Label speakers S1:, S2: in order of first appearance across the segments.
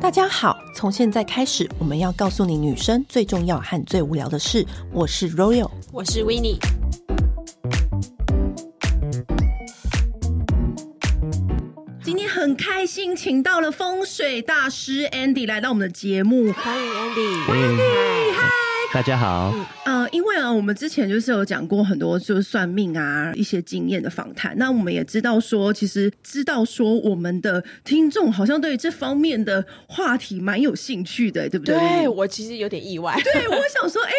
S1: 大家好，从现在开始，我们要告诉你女生最重要和最无聊的事。我是 Royal，
S2: 我是 w i n n i e
S1: 今天很开心，请到了风水大师 Andy 来到我们的节目。
S2: 欢迎 Andy。
S3: 嗯，大家好，
S1: 呃，因为啊，我们之前就是有讲过很多就是算命啊一些经验的访谈，那我们也知道说，其实知道说我们的听众好像对于这方面的话题蛮有兴趣的，对不对？
S2: 对我其实有点意 外，
S1: 对，我想说，哎、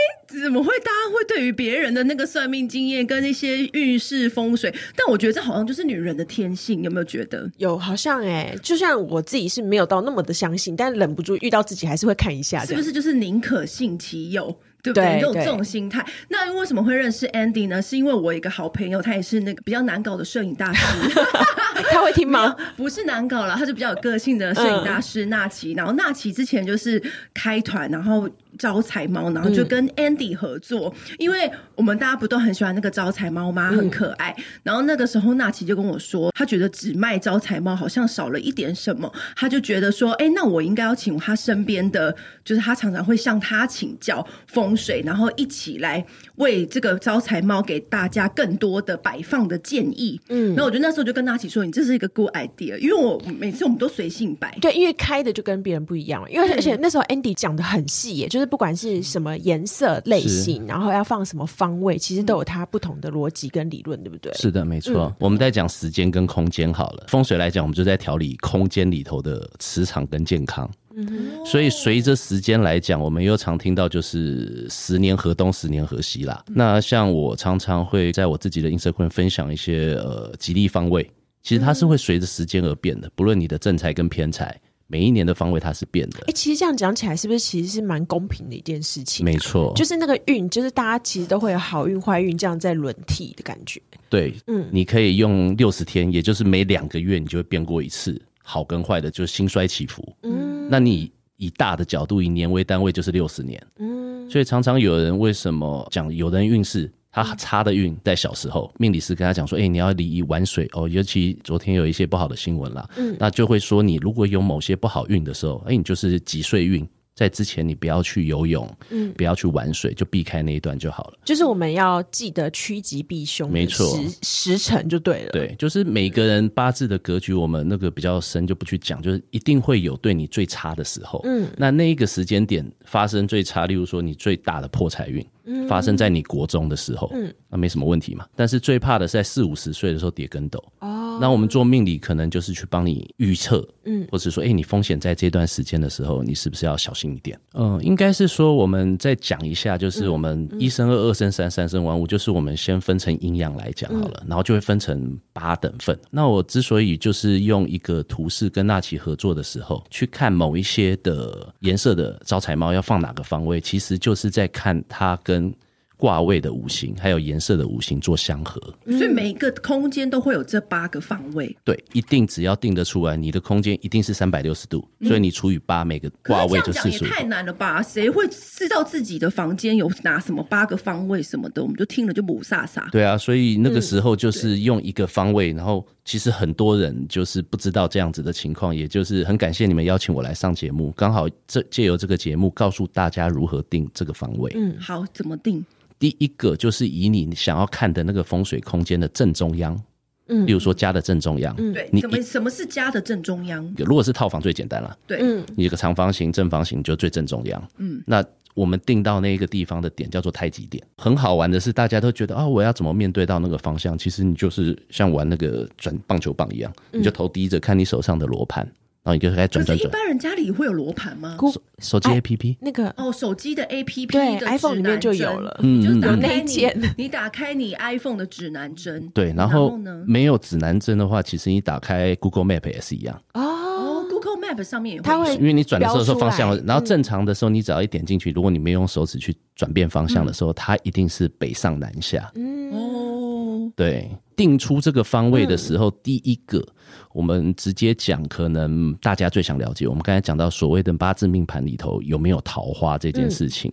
S1: 怎么会大家会对于别人的那个算命经验跟一些运势风水？但我觉得这好像就是女人的天性，有没有觉得？
S2: 有好像哎、就像我自己是没有到那么的相信，但忍不住遇到自己还是会看一下
S1: 是
S2: 这
S1: 不
S2: 样。
S1: 是就是宁可信其有？对不对？
S2: 对
S1: 这种
S2: 对
S1: 这种心态。那为什么会认识 Andy 呢？是因为我有一个好朋友，他也是那个比较难搞的摄影大师。
S2: 他会听吗？
S1: 不是难搞了，他是比较有个性的摄影大师纳奇。然后纳奇之前就是开团，然后招财猫，然后就跟 Andy 合作，因为我们大家不都很喜欢那个招财猫吗？很可爱。然后那个时候纳奇就跟我说，他觉得只卖招财猫好像少了一点什么，他就觉得说，哎、那我应该要请他身边的，就是他常常会向他请教风水，然后一起来为这个招财猫给大家更多的摆放的建议。嗯，那我觉得那时候就跟纳奇说，你这是一个 good idea，因为我每次我们都随性摆。
S2: 对，因为开的就跟别人不一样嘛，因为而且那时候 Andy 讲的很细耶，就是不管是什么颜色类型，然后要放什么方位，其实都有它不同的逻辑跟理论，对不对？
S3: 是的，没错。我们在讲时间跟空间好了，风水来讲，我们就在调理空间里头的磁场跟健康。所以随着时间来讲，我们又常听到就是十年河东，十年河西啦。那像我常常会在我自己的 Instagram 分享一些呃吉利方位，其实它是会随着时间而变的，不论你的正财跟偏财，每一年的方位它是变的
S2: 哎、。其实这样讲起来，是不是其实是蛮公平的一件事情？
S3: 没错，
S2: 就是那个运，就是大家其实都会有好运、坏运这样在轮替的感觉。
S3: 对，嗯，你可以用六十天，也就是每两个月你就会变过一次，好跟坏的，就是兴衰起伏。嗯，那你以大的角度，以年为单位就是六十年。嗯，所以常常有人为什么讲有人运势？他差的运在小时候，命理师跟他讲说：“哎、你要离玩水哦，尤其昨天有一些不好的新闻啦，那就会说你如果有某些不好运的时候，哎、你就是几岁运，在之前你不要去游泳，嗯，不要去玩水，就避开那一段就好了。”
S2: 就是我们要记得趋吉避凶的
S3: 没错
S2: 时时辰就对了。，
S3: 对，就是每个人八字的格局，我们那个比较深就不去讲，就是一定会有对你最差的时候。嗯，那那一个时间点发生最差，例如说你最大的破财运、发生在你国中的时候，嗯，那没什么问题嘛。但是最怕的是在四五十岁的时候跌跟斗。哦，那我们做命理可能就是去帮你预测，嗯，或者说，哎、你风险在这段时间的时候，你是不是要小心一点？嗯，应该是说我们再讲一下，就是我们一生二，二生三，三生万物，就是我们先分成阴阳来讲好了，然后就会分成八等份。那我之所以就是用一个图示跟纳奇合作的时候，去看某一些的颜色的招财猫要放哪个方位，其实就是在看它跟卦位的五行还有颜色的五行做相合。
S1: 所以每一个空间都会有这八个方位。
S3: 对，一定只要定得出来，你的空间一定是三百六十度，所以你除以八，每个卦位
S1: 嗯可
S3: 就是
S1: 这样讲
S3: 四十
S1: 也
S3: 五。
S1: 太难了吧？谁会知道自己的房间有哪什么八个方位什么的？我们就听了就不飒飒。
S3: 对啊，所以那
S1: 嗯
S3: 个时候就是用一个方位，然后其实很多人就是不知道这样子的情况，也就是很感谢你们邀请我来上节目，刚好这借由这个节目告诉大家如何定这个方位。嗯，
S1: 好，怎么定？
S3: 第一个就是以你想要看的那个风水空间的正中央，嗯，例如说家的正中央，
S1: 对，
S3: 你
S1: 什么什么是家的正中央？
S3: 如果是套房最简单了，
S1: 对，
S3: 你一个长方形、正方形就最正中央。嗯，那我们定到那个地方的点叫做太极点。很好玩的是，大家都觉得啊、我要怎么面对到那个方向？其实你就是像玩那个转棒球棒一样，你就头低着看你手上的罗盘，然后你就开始
S1: 可
S3: 转
S1: 是
S3: 转
S1: 一
S3: 转。
S1: 般人家里会有罗盘吗？
S2: 估
S3: 手机
S2: 哎
S3: APP
S2: 那个
S1: 哦，手机的 A P P
S2: 对
S1: 的指
S2: iPhone 里面
S1: 南
S2: 就
S1: 针
S2: 有了
S1: 你就打
S2: 嗯嗯嗯
S1: 开
S2: 有那一
S1: 你
S2: 件
S1: 你打开你 iPhone 的指南针，
S3: 对，然
S1: 啊然
S3: 后
S1: 呢？
S3: 没有指南针的话，其实你打开 Google Map 也是一样，
S1: 哦，Google Map 上面也
S2: 它
S1: 有
S2: 会
S3: 因为你转的时候说方
S2: 哎标
S3: 向
S2: 出，来
S3: 然后正常的时候你只要一点进去，如果你没用手指去转变方向的时候，它一定是北上南下。
S1: 哦，
S3: 对，定出这个方位的时候，第一个我们直接讲，可能大家最想了解。我们刚才讲到所谓的八字命盘里头有没有桃花这件事情。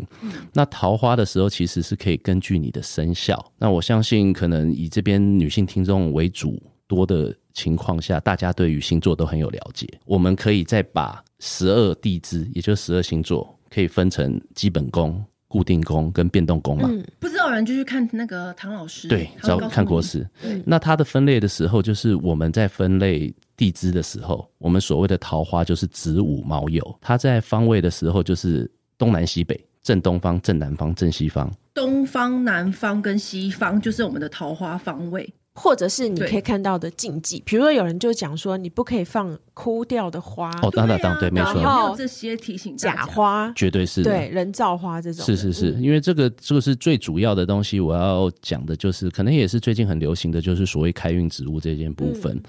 S3: 那桃花的时候，其实是可以根据你的生肖。那我相信，可能以这边女性听众为主多的情况下，大家对于星座都很有了解，我们可以再把十二地支，也就是十二星座，可以分成基本宫、固定宫跟变动宫嘛。
S1: 不知道的人就去看那个唐老师，
S3: 对，
S1: 他
S3: 只要
S1: 会告诉
S3: 看国
S1: 你
S3: 师
S1: 对。
S3: 那它的分类的时候，就是我们在分类地支的时候，我们所谓的桃花就是子午卯酉，它在方位的时候就是东南西北。正东方、正南方、正西方，
S1: 东方、南方跟西方，就是我们的桃花方位。
S2: 或者是你
S1: 对
S2: 可以看到的禁忌，比如说有人就讲说你不可以放枯掉的花、
S3: 哦，当然
S1: 啊
S3: 当对，没
S1: 然
S3: 错，
S1: 后没有这些提醒大
S2: 假
S1: 家。
S2: 花，
S3: 绝对是的
S2: 对，人造花这种的。嗯
S3: 是是是，因为这个这个是最主要的东西，我要讲的就是，可能也是最近很流行的，就是所谓开运植物这件部
S2: 嗯
S3: 分。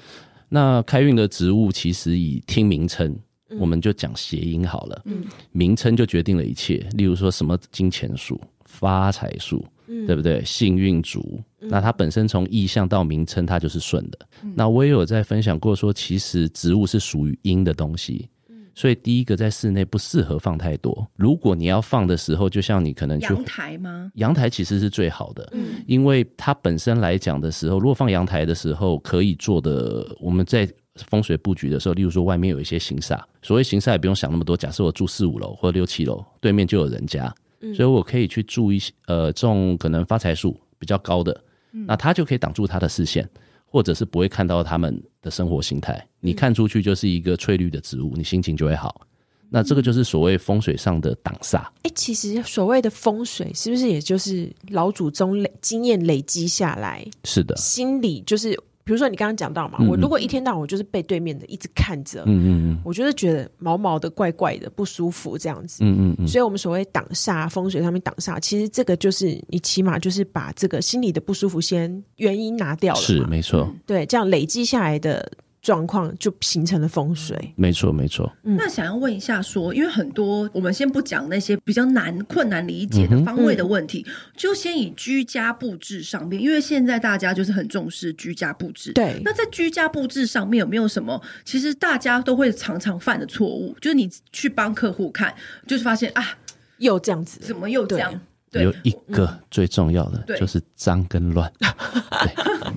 S3: 那开运的植物其实以听名称，
S2: 嗯
S3: 我们就讲谐音好了，名称就决定了一切。例如说什么金钱树、发财树，
S1: 嗯
S3: 对不对？幸运竹，那它本身从意象到名称，它就是顺的。
S1: 嗯
S3: 那我也有在分享过说，其实植物是属于阴的东西，
S1: 嗯
S3: 所以第一个在室内不适合放太多。如果你要放的时候，就像你可能去
S1: 阳台吗？
S3: 阳台其实是最好的，因为它本身来讲的时候，如果放阳台的时候，可以做的我们在风水布局的时候，例如说外面有一些行煞，所谓行煞也不用想那么多。假设我住四五楼或者六七楼，对面就有人家，所以我可以去住一些呃种可能发财树比较高的，那它就可以挡住他的视线。或者是不会看到他们的生活形态，你看出去就是一个翠绿的植物，你心情就会好。那这个就是所谓风水上的挡煞。
S2: 哎、其实所谓的风水，是不是也就是老祖宗累经验累积下来，
S3: 是的，
S2: 心里就是，比如说你刚刚讲到嘛，我如果一天到晚我就是被对面的一直看着，
S3: 嗯嗯嗯嗯
S2: 我就是觉得毛毛的、怪怪的、不舒服这样子。
S3: 嗯嗯嗯，
S2: 所以，我们所谓挡煞风水上面挡煞，其实这个就是你起码就是把这个心里的不舒服先原因拿掉了
S3: 是
S2: 嘛，
S3: 没错。
S2: 对，这样累积下来的状况就形成了风水。
S3: 没错，没错，
S1: 那想要问一下说因为很多我们先不讲那些比较难、困难理解的方位的问题，就先以居家布置上面，因为现在大家就是很重视居家布置。
S2: 对
S1: 那在居家布置上面有没有什么？其实大家都会常常犯的错误，就是你去帮客户看，就是发现啊，
S2: 又这样子，
S1: 怎么又这样？对
S3: 有一
S2: 嗯
S3: 个最重要的
S1: 对
S3: 就是脏跟 乱。对，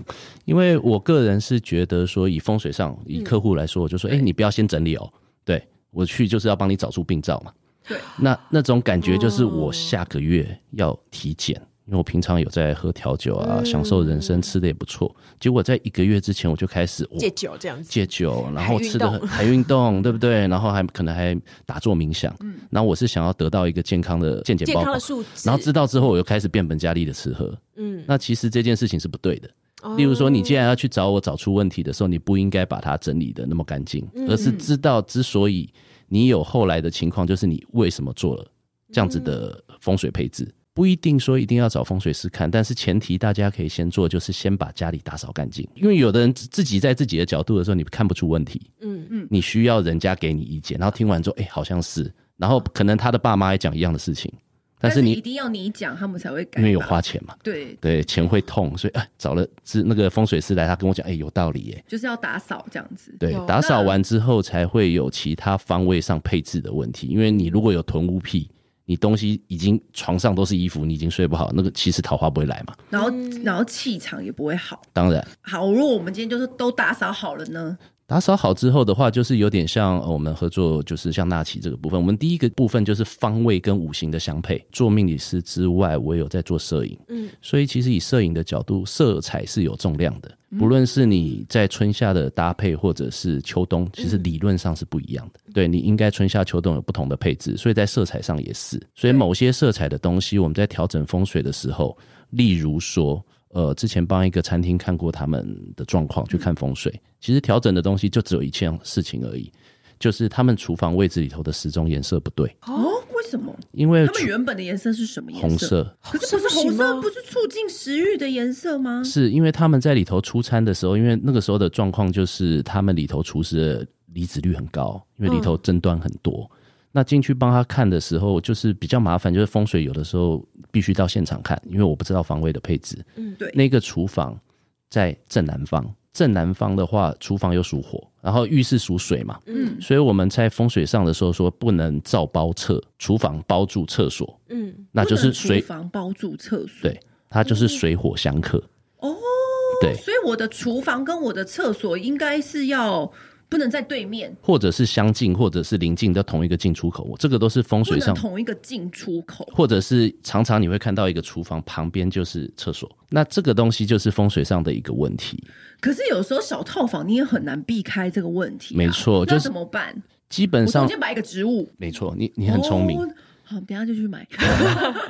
S3: 因为我个人是觉得说，以风水上，以客户来说，我就说，哎、你不要先整理哦，对我去就是要帮你找出病灶嘛。
S1: 对，
S3: 那那种感觉
S2: 哦
S3: 就是我下个月要体检，因为我平常有在喝调酒啊，
S2: 嗯
S3: 享受人生，吃的也不错。结果在一个月之前我就开始我
S2: 戒酒这样子，
S3: 戒酒，然
S2: 还
S3: 后
S2: 运
S3: 吃的
S2: 动
S3: 还运动，对不对？然后还可能还打坐冥想。嗯，然后我是想要得到一个健康的健检
S2: 健
S3: 报
S2: 康
S3: 告
S2: 的，数字，
S3: 然后知道之后我又开始变本加厉的吃喝。嗯，哦那其实这件事情是不对的。
S2: 哦
S3: 例如说，你既然要去找我找出问题的时候，你不应该把它整理的那么干净，而是知道之所以你有后来的情况，就是你为什么做了这样子的风水配置。不一定说一定要找风水师看，但是前提大家可以先做，就是先把家里打扫干净。因为有的人自自己在自己的角度的时候，你看不出问题，
S2: 嗯
S1: 嗯
S3: 你需要人家给你意见，然后听完之后，哎、好像是，然后可能他的爸妈也讲一样的事情，嗯但是
S1: 一
S3: 你
S1: 定要你讲，他们才会改吧。
S3: 因为有花钱嘛，
S1: 对，
S3: 对，钱会痛，所以啊，找了是那个风水师来，他跟我讲，哎、有道理耶。
S1: 就是要打扫这样子。
S3: 对
S2: 有，
S3: 打扫完之后才会有其他方位上配置的问题，因为你如果有囤物癖，你东西已经床上都是衣服，你已经睡不好，那个其实桃花不会来嘛。
S1: 然后然后气场也不会好。
S3: 当然，
S1: 好，如果我们今天就是都打扫好了呢？
S3: 打扫好之后的话，就是有点像呃我们合作，就是像纳奇这个部分。我们第一个部分就是方位跟五行的相配。做命理师之外，我也有在做摄影，嗯，所以其实以摄影的角度，色彩是有重量的。不论是你在春夏的搭配，或者是秋冬，其实理论上是不一样的。对你应该春夏秋冬有不同的配置，所以在色彩上也是。所以某些色彩的东西，我们在调整风水的时候，例如说，呃，之前帮一个餐厅看过他们的状况，去看风水。其实调整的东西就只有一件事情而已，就是他们厨房位置里头的时钟颜色不对，
S1: 哦，为什么？
S3: 因为
S1: 他们原本的颜色是什么颜色？
S3: 红。色
S1: 可是不是
S2: 红
S1: 红
S2: 色
S1: 色，不是促进食欲的颜色吗？
S3: 是因为他们在里头出餐的时候，因为那个时候的状况就是他们里头厨师的离子率很高，因为里
S1: 嗯
S3: 头争端很多。那进去帮他看的时候，就是比较麻烦，就是风水有的时候必须到现场看，因为我不知道方位的配置。
S1: 对
S3: 那个厨房在正南方，正南方的话，厨房又属火，然后浴室属水嘛，
S1: 嗯，
S3: 所以我们在风水上的时候说不能照包厕，厨房包住厕所，
S2: 嗯，
S3: 那就
S1: 不能
S3: 是
S1: 厨
S3: 水，
S1: 房包住厕所。
S3: 对，它就是水火相克。
S1: 哦，
S3: 对，
S1: 所以我的厨房跟我的厕所应该是要不能在对面，
S3: 或者是相近，或者是临近的同一个进出口，这个都是风
S1: 不
S3: 水
S1: 能
S3: 上，
S1: 同一个进出口。
S3: 或者是常常你会看到一个厨房旁边就是厕所，那这个东西就是风水上的一个问题。
S1: 可是有时候小套房你也很难避开这个问题啊、
S3: 没错就
S1: 那
S3: 是
S1: 怎么办？
S3: 基本
S1: 我中
S3: 上
S1: 间摆一个植物，
S3: 没错，你你很聪明，
S1: 哦好，等一下就去 买。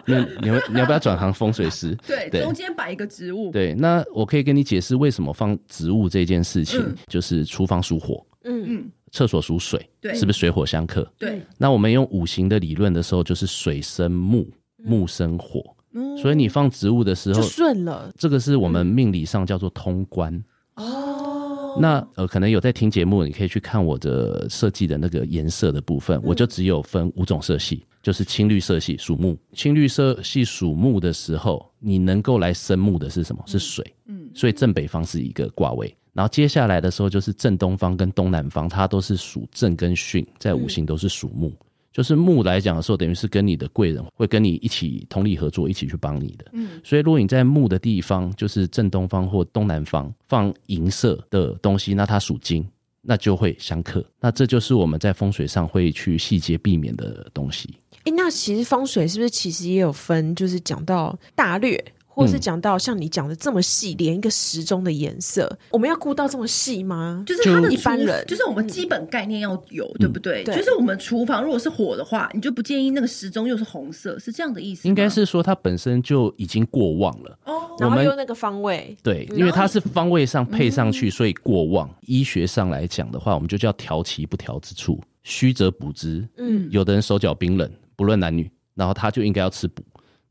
S3: 那你要你要不要转行风 水师？
S1: 对，
S3: 对
S1: 中间摆一个植物，
S3: 对，那我可以跟你解释为什么放植物这件事情，
S1: 嗯
S3: 就是厨房属火，
S2: 嗯
S1: 嗯，
S3: 厕所属水，
S1: 对
S3: 是不是水火相克？
S1: 对，
S3: 那我们用五行的理论的时候，就是水生木，木生火，
S1: 嗯
S3: 所以你放植物的时候
S2: 就，顺了
S3: 这个是我们命理上叫做通关。
S2: 哦。
S3: 那呃，可能有在听节目，你可以去看我的设计的那个颜色的部
S1: 嗯
S3: 分，我就只有分五种色系，就是青绿色系属木，青绿色系属木的时候，你能够来生木的是什么？是水，
S1: 嗯
S3: 所以正北方是一个卦位。然后接下来的时候就是正东方跟东南方，它都是属正跟巽，在五
S1: 嗯
S3: 行都是属木。就是木来讲的时候，等于是跟你的贵人会跟你一起通力合作，一起去帮你的。
S1: 嗯，
S3: 所以如果你在木的地方，就是正东方或东南方放银色的东西，那它属金，那就会相克。那这就是我们在风水上会去细节避免的东西。
S2: 诶，那其实风水是不是其实也有分，就是讲到大略，或是讲到像你讲的这么细，连一个时钟的颜色，我们要顾到这么细吗？
S1: 就是它的
S2: 一
S1: 厨
S2: 般人嗯
S1: 就是我们基本概念要有，
S3: 嗯
S1: 对不对？
S2: 对
S1: 就是我们厨房如果是火的话，你就不建议那个时钟又是红色，是这样的意思吗？
S3: 应该是说它本身就已经过旺了。
S1: 哦，
S2: 啊然后
S3: 我们
S2: 又那个方位，
S3: 对，因为它是方位上配上
S2: 嗯
S3: 去，所以过旺。医学上来讲的话，我们就叫调其不调之处，虚则补之。
S2: 嗯，
S3: 有的人手脚冰冷，不论男女，然后他就应该要吃补。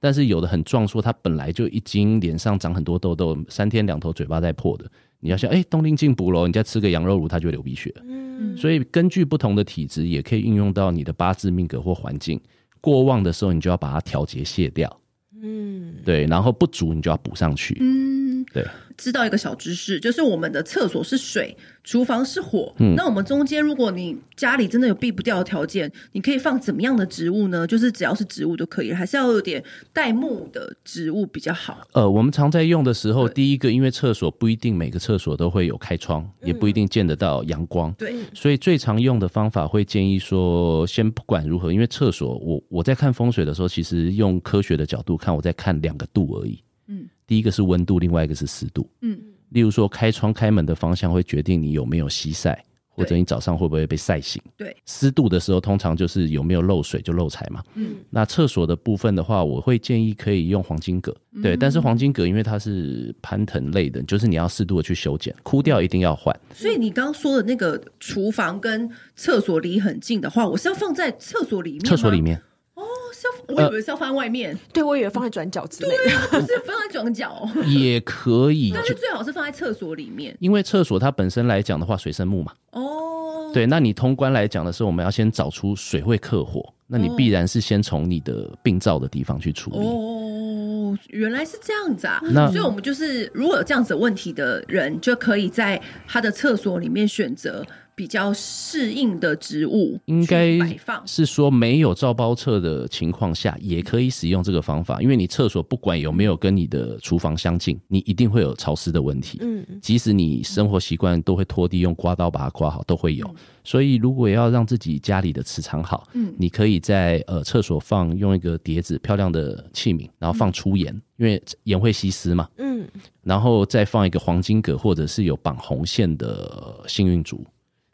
S3: 但是有的很壮硕，他本来就已经脸上长很多痘痘，三天两头嘴巴在破的，你要想，哎、冬令进补喽，你再吃个羊肉炉，他就会流鼻血。
S2: 嗯
S3: 所以根据不同的体质，也可以运用到你的八字命格或环境。过旺的时候，你就要把它调节卸掉，
S2: 嗯，
S3: 对，然后不足你就要补上去，
S1: 嗯，
S3: 对。
S1: 知道一个小知识，就是我们的厕所是水，厨房是火。
S3: 嗯
S1: 那我们中间，如果你家里真的有避不掉的条件，你可以放怎么样的植物呢？就是只要是植物都可以，还是要有点带木的植物比较好。
S3: 呃，我们常在用的时候，
S1: 对
S3: 第一个，因为厕所不一定每个厕所都会有开窗，也不一定见得到阳光，
S1: 对，
S3: 所以最常用的方法会建议说，先不管如何，因为厕所，我我在看风水的时候，其实用科学的角度看，我在看两个度而已。
S1: 嗯，
S3: 第一个是温度，另外一个是湿度。
S1: 嗯，
S3: 例如说，开窗开门的方向会决定你有没有西晒，或者
S1: 对
S3: 你早上会不会被晒醒。
S1: 对，
S3: 湿度的时候，通常就是有没有漏水就漏财嘛。
S1: 嗯，
S3: 那厕所的部分的话，我会建议可以用黄金葛。
S1: 嗯
S3: 对，但是黄金葛因为它是攀藤类的，就是你要适度的去修剪，枯掉一定要换。
S1: 所嗯以你刚刚说的那个厨房跟厕所离很近的话，我是要放在厕所里面吗，
S3: 厕所里面，
S1: 哦，是要我以为是要放在外面，
S2: 对我以为放在转角之类，
S1: 不
S3: 呃
S1: 是放在转 角，
S3: 也可以，
S1: 但
S3: 就是
S1: 最好是放在厕所里面
S3: 因为厕所它本身来讲的话，水生木嘛，
S1: 哦。
S3: 对。那你通关来讲的时候，我们要先找出水会克火，那你
S1: 哦
S3: 必然是先从你的病灶的地方去处理。
S1: 哦，原来是这样子啊！
S3: 那
S1: 所以我们就是如果有这样子问题的人，就可以在他的厕所里面选择比较适应的植物，
S3: 应该
S1: 摆放。
S3: 是说没有照包厕的情况下，也可以使用这个方法，因为你厕所不管有没有跟你的厨房相近，你一定会有潮湿的问题。
S2: 嗯，
S3: 即使你生活习惯都会拖地，用刮刀把它刮好，都会有。所以如果要让自己家里的磁场好，
S1: 嗯
S3: 你可以在呃厕所放用一个碟子漂亮的器皿，然后放粗盐，因为盐会吸湿嘛，
S2: 嗯，
S3: 然后再放一个黄金葛或者是有绑红线的呃幸运竹，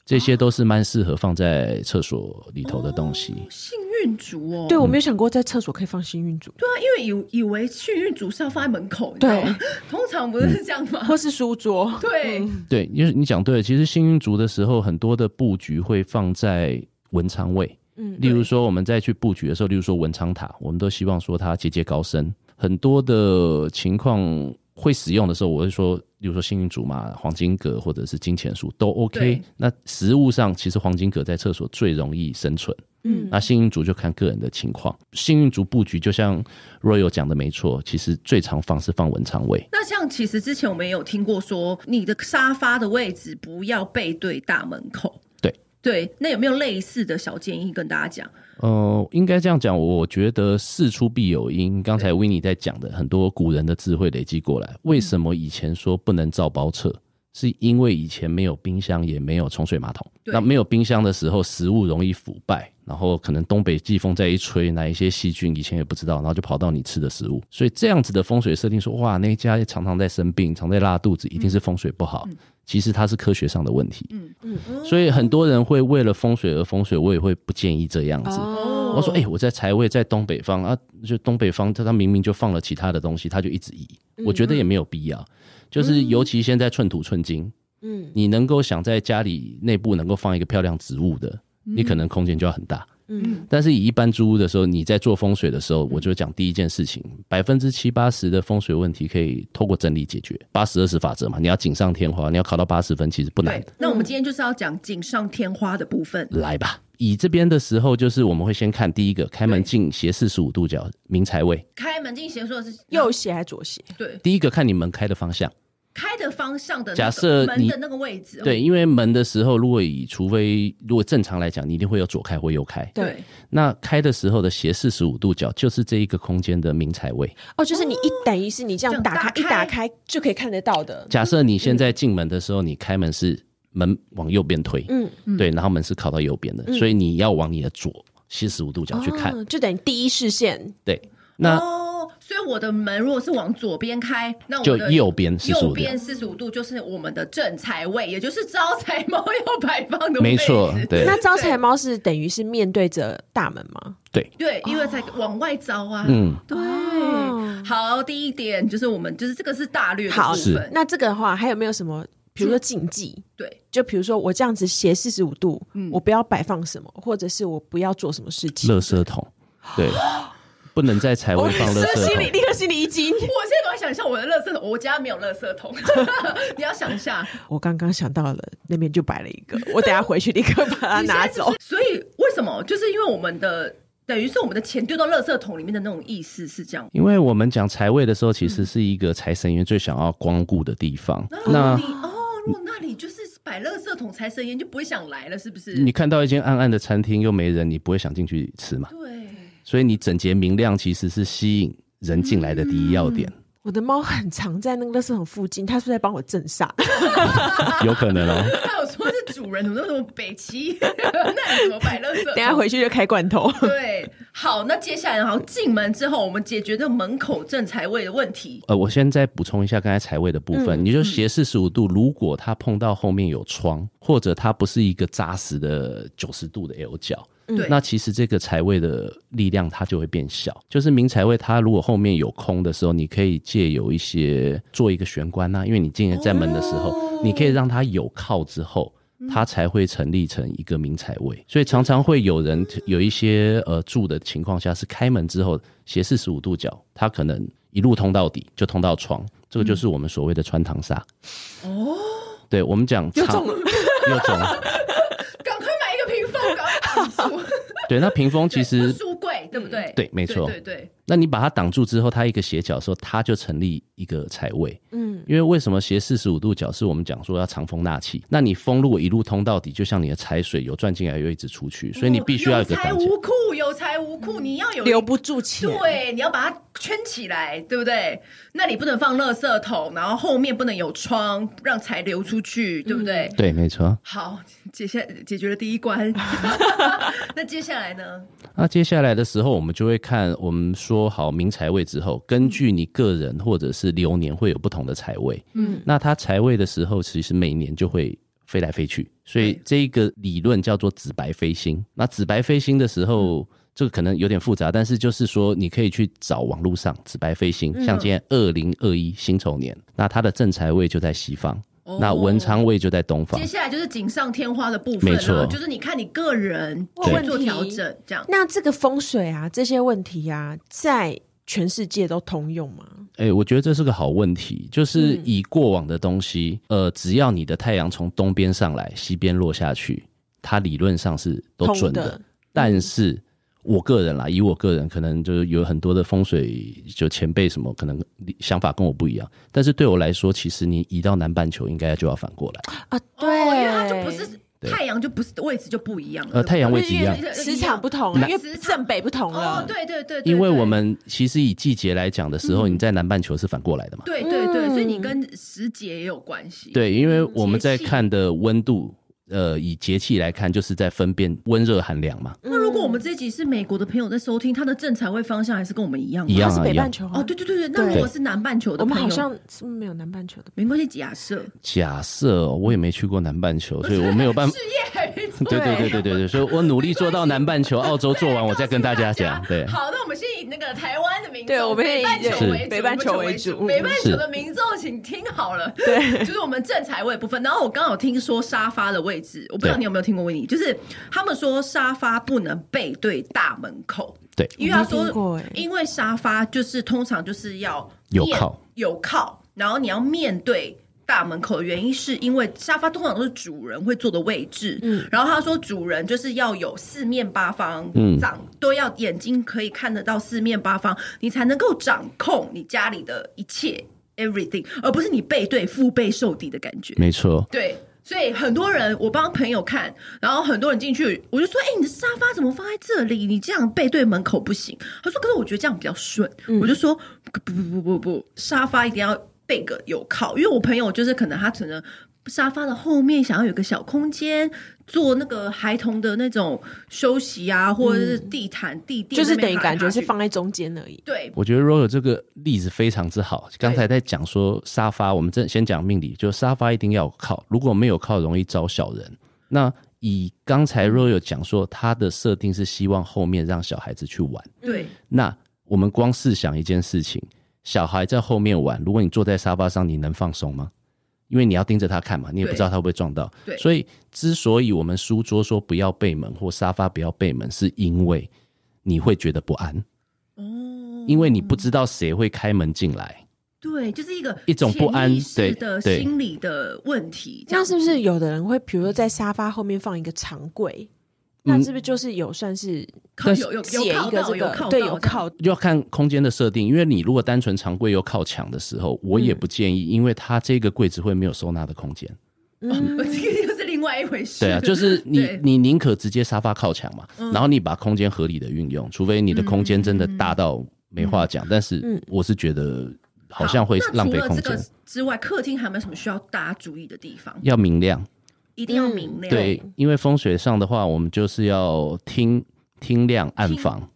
S3: 这些都是蛮适合放在厕所里头的东西。
S1: 幸运竹哦，
S2: 对我没有想过在厕所可以放幸运竹，
S1: 对啊，因为以以为幸运竹是要放在门口，你知
S2: 对
S1: 道吗？ 通常不是这样吗？
S3: 嗯
S2: 或是书桌，
S1: 对，
S3: 对，因为你讲对了，其实幸运竹的时候，很多的布局会放在文昌位。
S2: 嗯
S3: 例如说我们在去布局的时候，例如说文昌塔，我们都希望说它节节高升。很多的情况会使用的时候，我会说，例如说幸运竹嘛、黄金葛或者是金钱树都 OK
S1: 对。
S3: 那实物上，其实黄金葛在厕所最容易生存。
S2: 嗯，
S3: 那幸运竹就看个人的情况，幸运竹布局就像 Royal 讲的没错，其实最常放是放文昌位。
S1: 那像其实之前我们也有听过说，你的沙发的位置不要背对大门口。
S3: 对，
S1: 对，那有没有类似的小建议跟大家讲？
S3: 呃，应该这样讲，我觉得事出必有因。刚才维尼在讲的很多古人的智慧累积过来，为什么以前说不能造包车？是因为以前没有冰箱，也没有冲水马桶。
S1: 对
S3: 那没有冰箱的时候，食物容易腐败，然后可能东北季风再一吹，哪一些细菌以前也不知道，然后就跑到你吃的食物。所以这样子的风水设定说，哇，那一家常常在生病，常在拉肚子，一定是风水不好。其实它是科学上的问题。
S1: 嗯
S2: 嗯
S3: 所以很多人会为了风水而风水，我也会不建议这样子。
S2: 哦
S3: 我说，哎、我在财位在东北方啊，就东北方，他他明明就放了其他的东西，他就一直移，
S2: 嗯
S3: 我觉得也没有必要。就是尤其现在寸土寸金，
S2: 嗯
S3: 你能够想在家里内部能够放一个漂亮植物的，你可能空间就要很大。
S2: 嗯
S3: 但是以一般租屋的时候，你在做风水的时候，我就讲第一件事情，百分之七八十的风水问题可以透过整理解决，八十二十法则嘛，你要锦上添花，你要考到八十分其实不难
S1: 对。，那我们今天就是要讲锦上添花的部分。
S3: 来吧。以这边的时候，就是我们会先看第一个开门
S1: 对
S3: 进斜四十五度角明财位，
S1: 开门进行说的是
S2: 右斜还是左斜？
S1: 对
S3: 第一个看你门开的方向。
S1: 开的方向的那个
S3: 假设
S1: 门
S3: 你
S1: 的那个位置哦，
S3: 对，因为门的时候，如果以除非如果正常来讲，你一定会有左开或右开。
S1: 对，
S3: 那开的时候的斜四十五度角就是这一个空间的明财位。
S2: 哦，就是你一等于是你这样打开，
S1: 这
S2: 一
S1: 样
S2: 打
S1: 打开
S2: 开就可以看得到的。
S3: 假设你现在进门的时候，你开门是门往右边推，
S2: 嗯，
S3: 对，然后门是靠到右边的，所以你要往你的左斜十五度角去看。
S2: 哦就等于第一视线。
S3: 对，那
S1: 哦，所以我的门如果是往左边开，那我
S3: 就
S1: 的
S3: 右边45
S1: 右
S3: 度
S1: 边四十五度就是我们的正财位，也就是招财猫要摆放的位
S3: 没
S1: 置。
S3: 错，对
S2: 那招财猫是等于是面对着大门吗？
S3: 对，
S1: 对，因为在往外招啊。
S3: 嗯，
S1: 对
S2: 哦。
S1: 好，第一点就是我们就是这个是大略的
S2: 好
S1: 部分。
S2: 那这个的话，还有没有什么？比如说禁忌，
S1: 对，
S2: 就比如说我这样子斜四十五度，我不要摆放什么，或者是我不要做什么事情。
S3: 垃圾桶，对，不能在财位放垃
S2: 这
S3: 圾
S2: 哦心里
S3: 桶。
S2: 立刻心里一惊。
S1: 我现在赶快想象我的垃圾桶，我家没有垃圾桶， 你要想一下，
S2: 我刚刚想到了，那边就摆了一个， 我等下回去立刻把 它
S1: 你现
S2: 拿
S1: 在只是
S2: 走。
S1: 所以为什么？就是因为我们的等于是我们的钱丢到垃圾桶里面的那种意思是这样。
S3: 因为我们讲财位的时候，其实是一个财神爷最想要光顾的地方。
S1: 那
S3: 那
S1: 你哦，如果那里就是摆垃圾桶、财神爷，就不会想来了，是不是？
S3: 你看到一间暗暗的餐厅又没人，你不会想进去吃嘛？
S1: 对，
S3: 所以你整洁明亮其实是吸引人进来的第一要点，
S2: 我的猫很常在那个垃圾桶附近，它是不是在帮我镇煞？
S3: 有可能 哦。
S1: 还有说是主人怎么那么北齐， 那你怎么摆垃圾桶？
S2: 等下回去就开罐 头。
S1: 对，好，那接下来好，进门之后，我们解决这门口正财位的问题。
S3: 呃，我先再补充一下刚才财位的部分，你就斜四十五度，如果它碰到后面有窗，或者它不是一个扎实的九十度的 L 角。
S1: 对
S3: 那其实这个财位的力量它就会变小，就是明财位它如果后面有空的时候，你可以借有一些做一个玄关啊呐、因为你进在门的时候，你可以让它有靠之后，它才会成立成一个明财位。所以常常会有人有一些呃住的情况下是开门之后斜四十五度角，它可能一路通到底就通到床，这个就是我们所谓的穿堂煞。哦，对我们讲又中了，又中了。
S1: 赶快买一个屏风，赶快挡住
S3: 对，那屏风 其实嗯
S1: 书柜，对不对？
S3: 对没错
S1: 对对对，
S3: 那你把它挡住之后，它一个斜角的时候，它就成立一个财位。
S2: 嗯，
S3: 因为为什么斜四十五度角是我们讲说要藏风纳气？那你风如果一路通到底，就像你的财水有赚进来，有一直出去，所以你必须要有
S1: 有
S3: 一个
S1: 财
S3: 挡角。
S1: 无库，有财无库，你要有
S2: 留不住钱。
S1: 对，你要把它圈起来，对不对？那你不能放垃圾桶，然后后面不能有窗，让财流出去，对不对？
S3: 对，没错。
S1: 好，解下解决了第一 关， 那接下来呢？
S3: 那接下来的时候，我们就会看我们说好明财位之后，根据你个人或者是流年会有不同的财位。
S1: 嗯，
S3: 那它财位的时候，其实每年就会飞来飞去，所以
S1: 对
S3: 这一个理论叫做紫白飞星。那紫白飞星的时
S1: 嗯
S3: 候，这个可能有点复杂，但是就是说你可以去找网络上紫白飞
S1: 嗯
S3: 星，像今天二零二一辛丑年，那它的正财位就在西方，
S1: 哦
S3: 那文昌位就在东方
S1: 接。下来就是锦上添花的部分
S3: 没
S1: 了，
S3: 错
S1: 就是你看你个人
S2: 对
S1: 去做调整，这样。
S2: 那这个风水啊，这些问题啊，在全世界都通用吗？
S3: 哎、我觉得这是个好问题，就是以过往的东西，呃，只要你的太阳从东边上来，西边落下去，它理论上是都
S2: 通
S3: 准的。但是我个人啦，以我个人，可能就是有很多的风水就前辈什么，可能想法跟我不一样。但是对我来说，其实你移到南半球，应该就要反过来。
S2: 啊，对，
S1: 哦哦，因为它就不是
S3: 对
S1: 太阳就不是位置就不一样了。
S3: 呃，
S1: 对不
S3: 太阳
S1: 对
S3: 位置一样啊
S1: 因。为
S2: 磁场不同了，因为
S1: 磁场
S2: 正北不同了。
S1: 哦，对对对，对
S3: 因为
S1: 对
S3: 我们其实以季节来讲的时候，你在南半球是反过来的嘛？
S1: 对对对，所以你
S2: 嗯
S1: 跟时节也有关系。
S3: 对，因为我们在
S1: 节气
S3: 看的温度，呃，以节气来看，就是在分辨温热寒凉嘛。
S1: 那如果我们这一集是美国的朋友在收听，他的正财位方向还是跟我们一样吗
S3: 一
S2: 它
S3: 样
S2: 是
S3: 啊
S2: 北
S3: 一样
S2: 半球啊
S1: 哦，对对对对，那如果是南半球的
S2: 我们
S1: 朋
S2: 好
S1: 友，
S2: 像是没有南半球的。
S1: 没关系，假设
S3: 假设哦我也没去过南半球，所以我没有 办法
S1: 事。业还没做。
S3: 对对对对对对，所以我努力做到南半球、澳洲做完，我再跟大家 讲。对，
S1: 好，那我们先以那个台湾的民众，
S2: 对我们先以
S1: 北半球
S3: 是
S1: 为主，
S2: 北半球为主嗯
S1: 北半球
S3: 是
S1: 的民众请听好了，对，就是我们正财位的部分。然后我刚刚有听说沙发的位置，我不知道
S3: 对
S1: 你有没有听过维尼，就是他们说沙发不能背对大门口，
S3: 对
S1: 因为他
S2: 我没听过
S1: 说
S2: 欸，
S1: 因为沙发就是通常就是要
S3: 有
S1: 面
S3: 靠
S1: 有靠，然后你要面对。大门口的原因是因为沙发通常都是主人会坐的位置，然后他说主人就是要有四面八方，长都要眼睛可以看得到四面八方，你才能够掌控你家里的一切 everything，而不是你背对腹背受敌的感觉。
S3: 没错。
S1: 对，所以很多人，我帮朋友看，然后很多人进去，我就说：“哎、你的沙发怎么放在这里？你这样背对门口不行。”他说：“可是我觉得这样比较顺。我就说：“不不不不不，沙发一定要背个有靠，因为我朋友就是可能他可能。”沙发的后面想要有个小空间，做那个孩童的那种休息啊，或者是地毯、地垫
S2: 就
S1: 那边爬来爬去，
S2: 是等于感觉是放在中间而已。
S1: 对
S3: 我觉得 Royal 这个例子非常之好。刚才在讲说沙发，我们这先讲命理，就沙发一定要有靠，如果没有靠，容易招小人。那以刚才 Royal 讲说，他的设定是希望后面让小孩子去玩。
S1: 对
S3: 那我们光试想一件事情，小孩在后面玩，如果你坐在沙发上，你能放松吗？因为你要盯着他看嘛，你也不
S1: 对
S3: 知道他会不会撞到。
S1: 对
S3: 所以之所以我们书桌说不要背门或沙发不要背门，是因为你会觉得不安，
S1: 哦，
S3: 因为你不知道谁会开门进来。
S1: 对，就是一个
S3: 一种不安
S1: 潜意识
S3: 对
S1: 的
S3: 对
S1: 心理的问题，这
S2: 那
S1: 样
S2: 是不是有的人会，比如说在沙发后面放一个长柜？
S3: 嗯
S2: 那是不是就是有算是
S1: 靠有有
S2: 解
S1: 有
S2: 一
S1: 靠
S2: 个
S1: 到
S2: 这
S1: 有
S2: 个
S1: 靠
S2: 对
S1: 到
S2: 有
S1: 这样
S2: 靠
S3: 就要看空间的设定，因为你如果单纯常柜又靠墙的时候，我
S1: 嗯
S3: 也不建议，因为它这个柜子会没有收纳的空间。
S2: 嗯
S1: 我 这个又是另外一回事。
S3: 对啊，就是你
S1: 对嗯
S3: 你宁可直接沙发靠墙嘛，然后你把空间合理的运用，除非你的空间真的大到没话讲，但是我是觉得好像会浪费
S1: 嗯那除
S3: 空
S1: 了这
S3: 间
S1: 个，之外，客厅还有没有什么需要大家注意的地方？
S3: 要明亮。
S1: 一定要
S2: 嗯
S1: 明亮。
S3: 对，因为风水上的话，我们就是要听听亮暗房。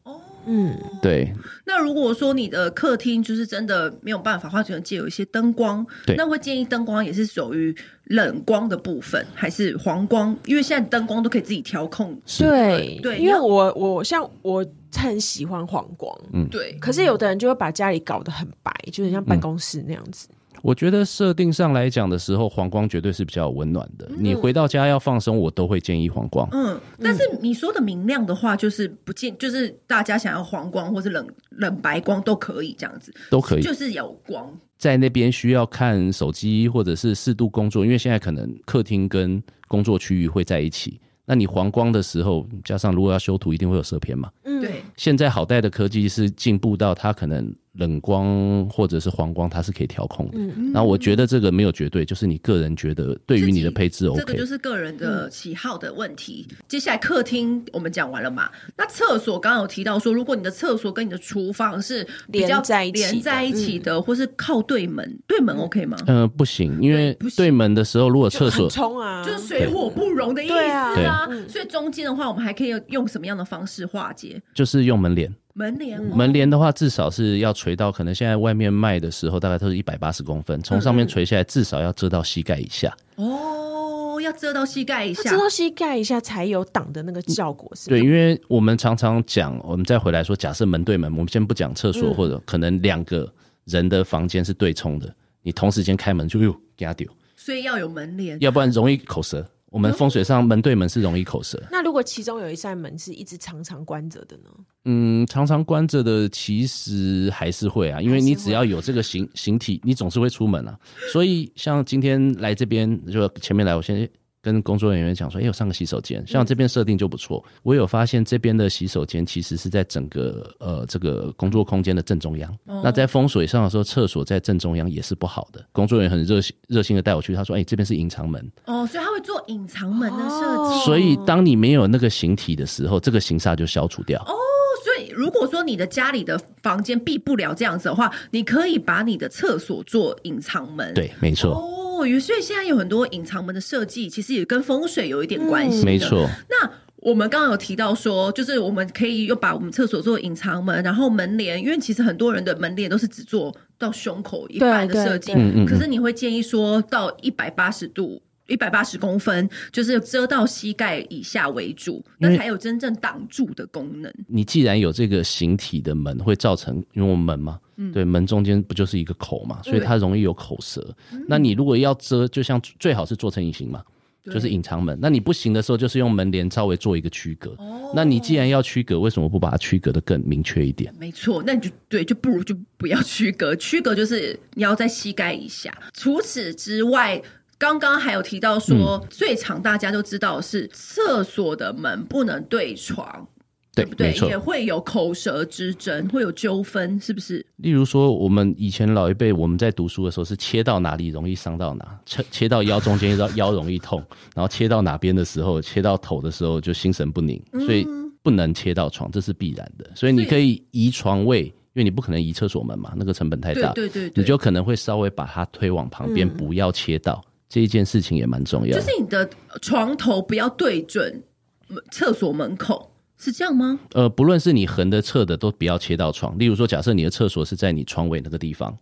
S2: 嗯，
S3: 对，
S1: 那如果说你的客厅就是真的没有办法的话，只能借有一些灯光。
S3: 对
S1: 那会建议灯光也是属于冷光的部分，还是黄光？因为现在灯光都可以自己调控。
S2: 对
S1: 对
S2: 因
S1: 你
S2: 为
S1: 要
S2: 我我像我很喜欢黄光，
S3: 嗯
S1: 对，
S2: 可是有的人就会把家里搞得很白，就是像办公室那样子。
S3: 我觉得设定上来讲的时候，黄光绝对是比较温暖的。你回到家要放松，我都会建议黄光。
S1: 嗯，但是你说的明亮的话，就是不见，就是大家想要黄光或是冷冷白光都可以这样子，
S3: 都可以
S1: 就是有光。
S3: 在那边需要看手机或者是适度工作，因为现在可能客厅跟工作区域会在一起。那你黄光的时候，加上如果要修图，一定会有色偏嘛。
S2: 嗯，
S1: 对，
S3: 现在好戴的科技是进步到它可能冷光或者是黄光，它是可以调控的。
S1: 嗯
S3: 然后我觉得这个没有绝对，就是你个人觉得对于你的配置
S1: 这个
S3: OK
S1: 就。是个人的喜好的问题。接下来客厅我们讲完了嘛？那厕所刚刚有提到说，如果你的厕所跟你的厨房是比较
S2: 连在一起的嗯
S1: 连在一起的，或是靠对门，对门 OK 吗？
S3: 嗯、不行，因为
S1: 不行
S3: 对门的时候，如果
S2: 就
S3: 厕
S2: 很
S3: 所
S2: 冲啊，
S1: 就是水火不容的意思
S2: 对嗯
S1: 啊
S3: 啊，
S1: 所以中间的话，我们还可以用什么样的方式化解
S3: 就是用门帘，
S1: 门帘
S2: 嗯
S1: 哦？
S3: 门帘的话至少是要垂到，可能现在外面卖的时候大概都是一百八十公分，从上
S2: 嗯
S3: 面垂下来至少要遮到膝盖以下。
S1: 哦，要遮到膝盖一
S2: 它
S1: 下
S2: 遮，到膝盖一下才有挡的那个效果，是吗
S3: 对，因为我们常常讲，我们再回来说，假设门对门，我们先不讲厕
S2: 嗯
S3: 所、或者可能两个人的房间是对冲的，你同时间开门就哟给他丢，
S1: 所以要有门帘。
S3: 要不然容易口舌。我
S2: 嗯
S3: 们风水上门对门是容易口舌，
S2: 那如果其中有一扇门是一直常常关着的呢？
S3: 嗯，常常关着的其实还是会啊，因为
S2: 还
S3: 你
S2: 是会
S3: 只要有这个形形体，你总是会出门啊。所以像今天来这边，就前面来，我先跟工作人员讲说，哎、我上个洗手间，像这边设定就不错。我有发现这边的洗手间其实是在整个呃这个工作空间的正中央。
S2: 嗯
S3: 那在风水上的时候，厕所在正中央也是不好的。工作人员很热心热心的带我去，他说，哎、这边是隐藏门，
S1: 哦，所以他会做隐藏门的设计。
S2: 哦
S3: 所以当你没有那个形体的时候，这个形煞就消除掉。
S2: 哦
S1: 所以，如果说你的家里的房间避不了这样子的话，你可以把你的厕所做隐藏门。
S3: 对，没错。
S1: 哦，有所以现在有很多隐藏门的设计，其实也跟风水有一点关系、
S3: 嗯没。错，
S1: 那我们刚刚有提到说，就是我们可以又把我们厕所做隐藏门，然后门帘，因为其实很多人的门帘都是只做到胸口一半的
S2: 对对
S1: 设计
S2: 对
S3: 嗯嗯，嗯
S1: 可是你会建议说到一百八十度。一百八十公分，就是遮到膝盖以下为主，
S3: 因
S1: 那
S3: 为
S1: 才有真正挡住的功能。
S3: 你既然有这个形体的门，会造成因为我们门嘛，
S1: 嗯
S3: 对，门中间不就是一个口嘛，所以它容易有口舌。
S1: 嗯
S3: 那你如果要遮，就像最好是做成隐形嘛，就是隐藏门。那你不行的时候，就是用门帘稍微做一个区隔。
S1: 哦
S3: 那你既然要区隔，为什么不把它区隔的更明确一点？
S1: 没错，那你就对，就不如就不要区隔，区隔就是你要在膝盖以下。除此之外，刚刚还有提到说，
S3: 嗯
S1: 最常大家都知道的是厕所的门不能对床，对不对？
S3: 没错
S1: 也。会有口舌之争，会有纠纷，是不是？
S3: 例如说，我们以前老一辈，我们在读书的时候是切到哪里容易伤到哪，切切到腰中间，切到腰容易痛， 然后切到哪边的时候，切到头的时候就心神不宁，
S1: 嗯
S3: 所以不能切到床，这是必然的。所以你可以移床位，因为你不可能移厕所门嘛，那个成本太
S1: 对
S3: 大，
S1: 对对对，
S3: 哎啊
S1: 嗯
S3: 你就可能会稍微把它推往旁边，不要切到。这一件事情也蛮重要
S1: 就
S3: 的，
S1: 是你的床头不要对准门厕所门口，是这样吗？
S3: 呃，不论是你横的、侧的，都不要切到床。例如说，假设你的厕所是在你床尾那个地方，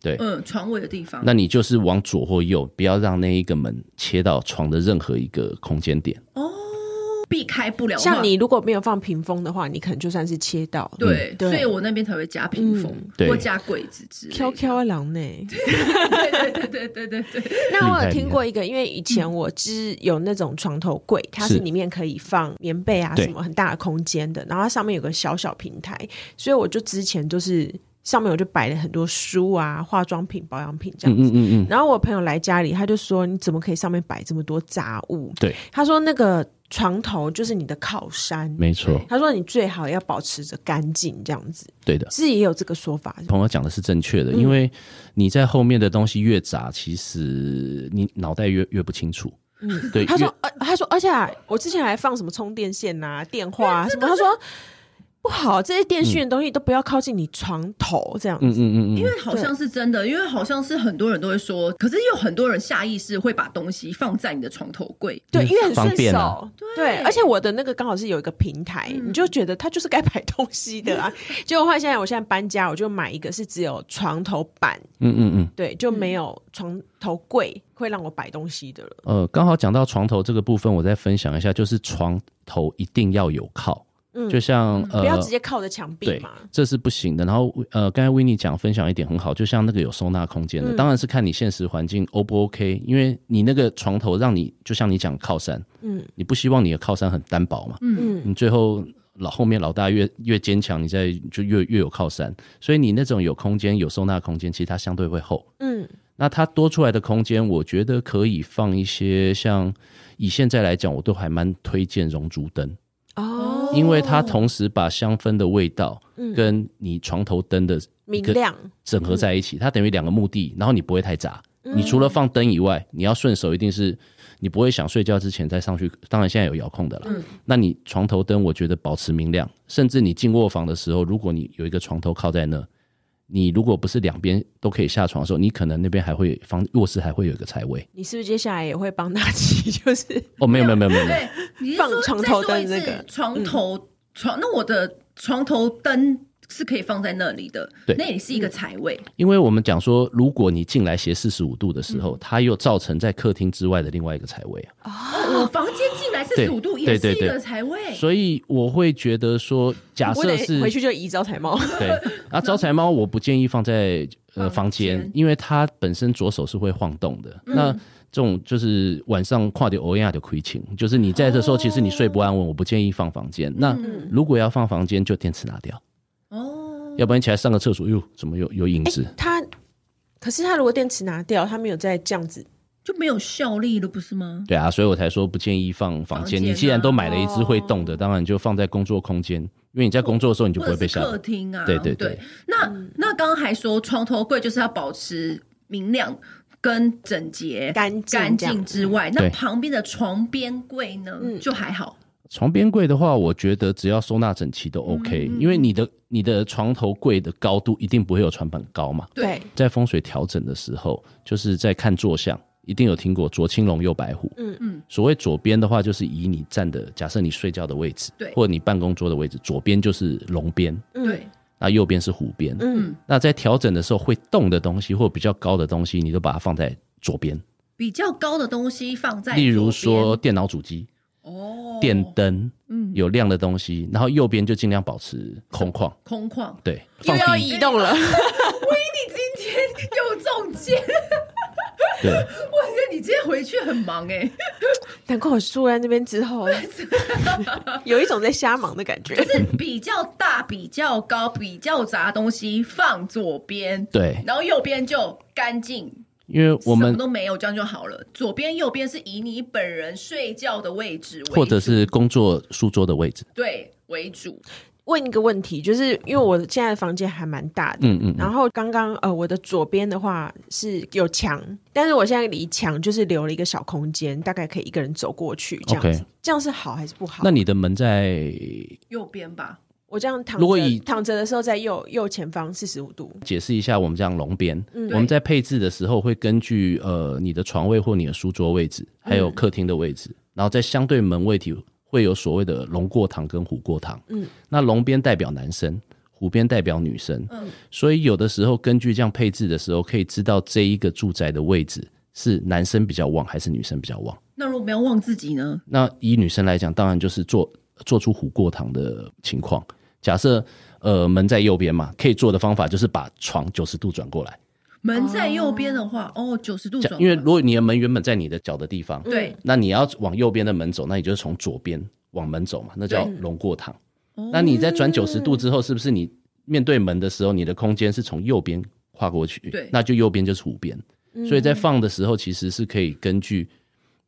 S3: 对，
S1: 嗯，床尾的地方。
S3: 那你就是往左或右，不要让那一个门切到床的任何一个空间点。
S1: 避开不了的话，
S2: 像你如果没有放屏风的话，你可能就算是切到了。
S1: 对，
S2: 嗯对
S1: 所以我那边才会加屏风、
S3: 嗯对
S1: 或加柜子之类的。
S2: Q Q 狼呢？
S1: 对 对对对对对，
S2: 那我有听过一个，因为以前我知有那种床头柜，它是
S3: 嗯是
S2: 里面可以放棉被啊
S3: 对
S2: 什么很大的空间的，然后它上面有个小小平台，所以我就之前就是上面我就摆了很多书啊、化妆品、保养品这样子。
S3: 嗯嗯，
S2: 然后我朋友来家里，他就说：“你怎么可以上面摆这么多杂物？”
S3: 对，
S2: 他说：“那个床头就是你的靠山。
S3: 没错，”
S2: 他说：“你最好要保持着干净，这样子
S3: 对的。
S2: 是也有这个说法。
S3: 朋友讲的是正确的，因为你在后面的东西越杂，其实你脑袋越越不清楚。嗯，对，
S2: 他
S3: 越
S2: 说，呃，他说，而且啊我之前还放什么充电线呐、电话啊什么，他说不好，这些电讯的东西都不要靠近你床头这样子。
S3: 嗯嗯嗯
S1: 因
S3: 嗯，
S1: 为好像是真的，因为好像是很多人都会说，可是有很多人下意识会把东西放在你的床头柜。
S2: 对，因为很
S3: 嗯方
S2: 顺
S3: 便
S2: 手，
S3: 啊嗯
S2: 对，而且我的那个刚好是有一个平台，你就觉得它就是该摆东西的啊。 结果后来现在我现在搬家，我就买一个是只有床头板，
S3: 嗯嗯嗯。
S2: 对，就没有床头柜会让我摆东西的了。
S3: 呃，刚好讲到床头这个部分，我再分享一下，就是床头一定要有靠，就像
S2: 嗯
S3: 呃，
S2: 不要直接靠着墙壁
S3: 对
S2: 嘛，，
S3: 这是不行的。然后呃，刚才维尼讲分享一点很好，就像那个有收纳空间的，当然是看你现实环境 O 不 OK，因为你那个床头让你就像你讲靠山，嗯，你不希望你的靠山很单薄嘛，嗯，你最后。老后面老大越越坚强，你再就越越有靠山，所以你那种有空间、有收纳空间，其实它相对会厚。
S2: 嗯，
S3: 那它多出来的空间，我觉得可以放一些像以现在来讲，我都还蛮推荐熔烛灯。
S2: 哦，
S3: 因为它同时把香氛的味道跟你床头灯的一
S2: 明
S3: 个
S2: 亮，
S3: 整合在一起，它等于两个目的，然后你不会太杂。你除了放灯以外，你要顺手一定是，你不会想睡觉之前再上去。当然现在有遥控的啦，那你床头灯我觉得保持明亮，甚至你进卧房的时候，如果你有一个床头靠在那，你如果不是两边都可以下床的时候，你可能那边还会房卧室还会有一个财位。
S2: 你是不是接下来也会帮大琪？ 就是
S3: 哦，没有没有没有没有，没有
S1: 对，你是
S2: 放
S1: 说
S2: 床头灯
S1: 再说一
S2: 那
S1: 次
S2: 个嗯
S1: 床头床，那我的床头灯是可以放在那里的，
S3: 对
S1: 那也是一
S2: 嗯
S1: 个财位。
S3: 因为我们讲说，如果你进来斜四十五度的时候，它又造成在客厅之外的另外一个财位啊，
S1: 哦，我房间进来四
S3: 对
S1: 十五度，也
S3: 对
S1: 是
S3: 对
S1: 一
S3: 对
S1: 个财位。
S3: 所以我会觉得说，假
S2: 我
S3: 设
S2: 得
S3: 是
S2: 回去就移招财猫。
S3: 对，啊，招财猫我不建议放在呃
S1: 房
S3: 房
S1: 间
S3: 间，因为它本身左手是会晃动的。那这种就是晚上跨掉欧亚的亏情，啊就是你在这时候其实你睡不安稳，我不建议放房间。那如果要放房间，就电池拿掉，
S1: 哦，
S3: 要不然起来上个厕所，哟，怎么有有影子？
S2: 它，可是它如果电池拿掉，它没有再这样子
S1: 就没有效力了，不是吗？
S3: 对啊，所以我才说不建议放房间。
S1: 房间啊
S3: 你既然都买了一只会动的，当然就放在工作空间，因为你在工作的时候你就
S1: 或
S3: 不
S1: 者
S3: 会
S1: 是
S3: 被吓
S1: 客
S3: 到。
S1: 厅啊，
S3: 对对对
S1: 那
S2: 嗯
S1: 那刚刚还说床头柜就是要保持明亮跟整洁、
S2: 干净
S1: 干
S2: 这样嗯
S1: 净之外，那
S3: 嗯对
S1: 旁边的床边柜呢，就还好。
S3: 床边柜的话，我觉得只要收纳整齐都
S1: 嗯
S3: OK，、因为你的你的床头柜的高度一定不会有床板高嘛。
S1: 对
S2: 对，
S3: 在风水调整的时候，就是在看坐向，一定有听过左青龙右白虎。
S2: 嗯
S1: 嗯，
S3: 所谓左边的话，就是以你站的，假设你睡觉的位置，
S1: 对
S3: 或者你办公桌的位置，左边就是龙边，
S2: 嗯
S1: 对，
S3: 那右边是虎边。
S2: 嗯
S3: 那在调整的时候会动的东西或比较高的东西，你都把它放在左边，
S1: 比较高的东西放在左
S3: 例
S1: 边，
S3: 如说电脑主机、
S1: 哦，
S3: 电灯，
S1: 嗯
S3: 有亮的东西，然后右边就尽量保持空旷，
S1: 空旷。
S3: 对，
S2: 又
S3: 放
S2: 要
S3: 低，
S2: 移动了，
S1: 你今天又中箭，
S3: 对，
S1: 我觉得你今天回去很忙哎、
S2: 难怪我住在那边之后， 有一种在瞎忙的感觉。
S1: 是比较大、比较高、比较杂的东西放左边，
S3: 对
S1: 然后右边就干净，
S3: 因为我
S1: 什
S3: 们
S1: 么都没有，这样就好了。左边、右边是以你本人睡觉的位置为主，
S3: 或者是工作书桌的位置，
S1: 对为主，
S2: 问一个问题，就是因为我现在的房间还蛮大的，
S3: 嗯嗯
S2: 然后刚刚呃，我的左边的话是有墙，但是我现在离墙就是留了一个小空间，大概可以一个人走过去这样子
S3: OK
S2: 这样是好还是不好？
S3: 那你的门在
S1: 右边吧。
S2: 我这样躺着，
S3: 如果以
S2: 躺着的时候在右右前方四十五度，
S3: 解释一下，我们这样龙边，
S1: 对
S3: 我们在配置的时候会根据呃你的床位或你的书桌位置，还有客厅的位置，然后在相对门位体会有所谓的龙过堂跟虎过堂。嗯，那龙边代表男生，虎边代表女生。嗯，所以有的时候根据这样配置的时候，可以知道这一个住宅的位置是男生比较旺还是女生比较旺。
S1: 那如果没有忘自己呢？
S3: 那以女生来讲，当然就是做做出虎过堂的情况。假设呃门在右边嘛，可以做的方法就是把床九十度转过来。
S1: 门在右边的话，哦，九十度
S3: 假
S1: 转，
S3: 因为如果你的门原本在你的脚的地方，
S1: 对
S3: 那你要往右边的门走，那你就是从左边往门走嘛，那叫龙过堂。那你在转九十度之后，是不是你面对门的时候，你的空间是从右边跨过去？
S1: 对
S3: 那就右边就是湖边。所以在放的时候，其实是可以根据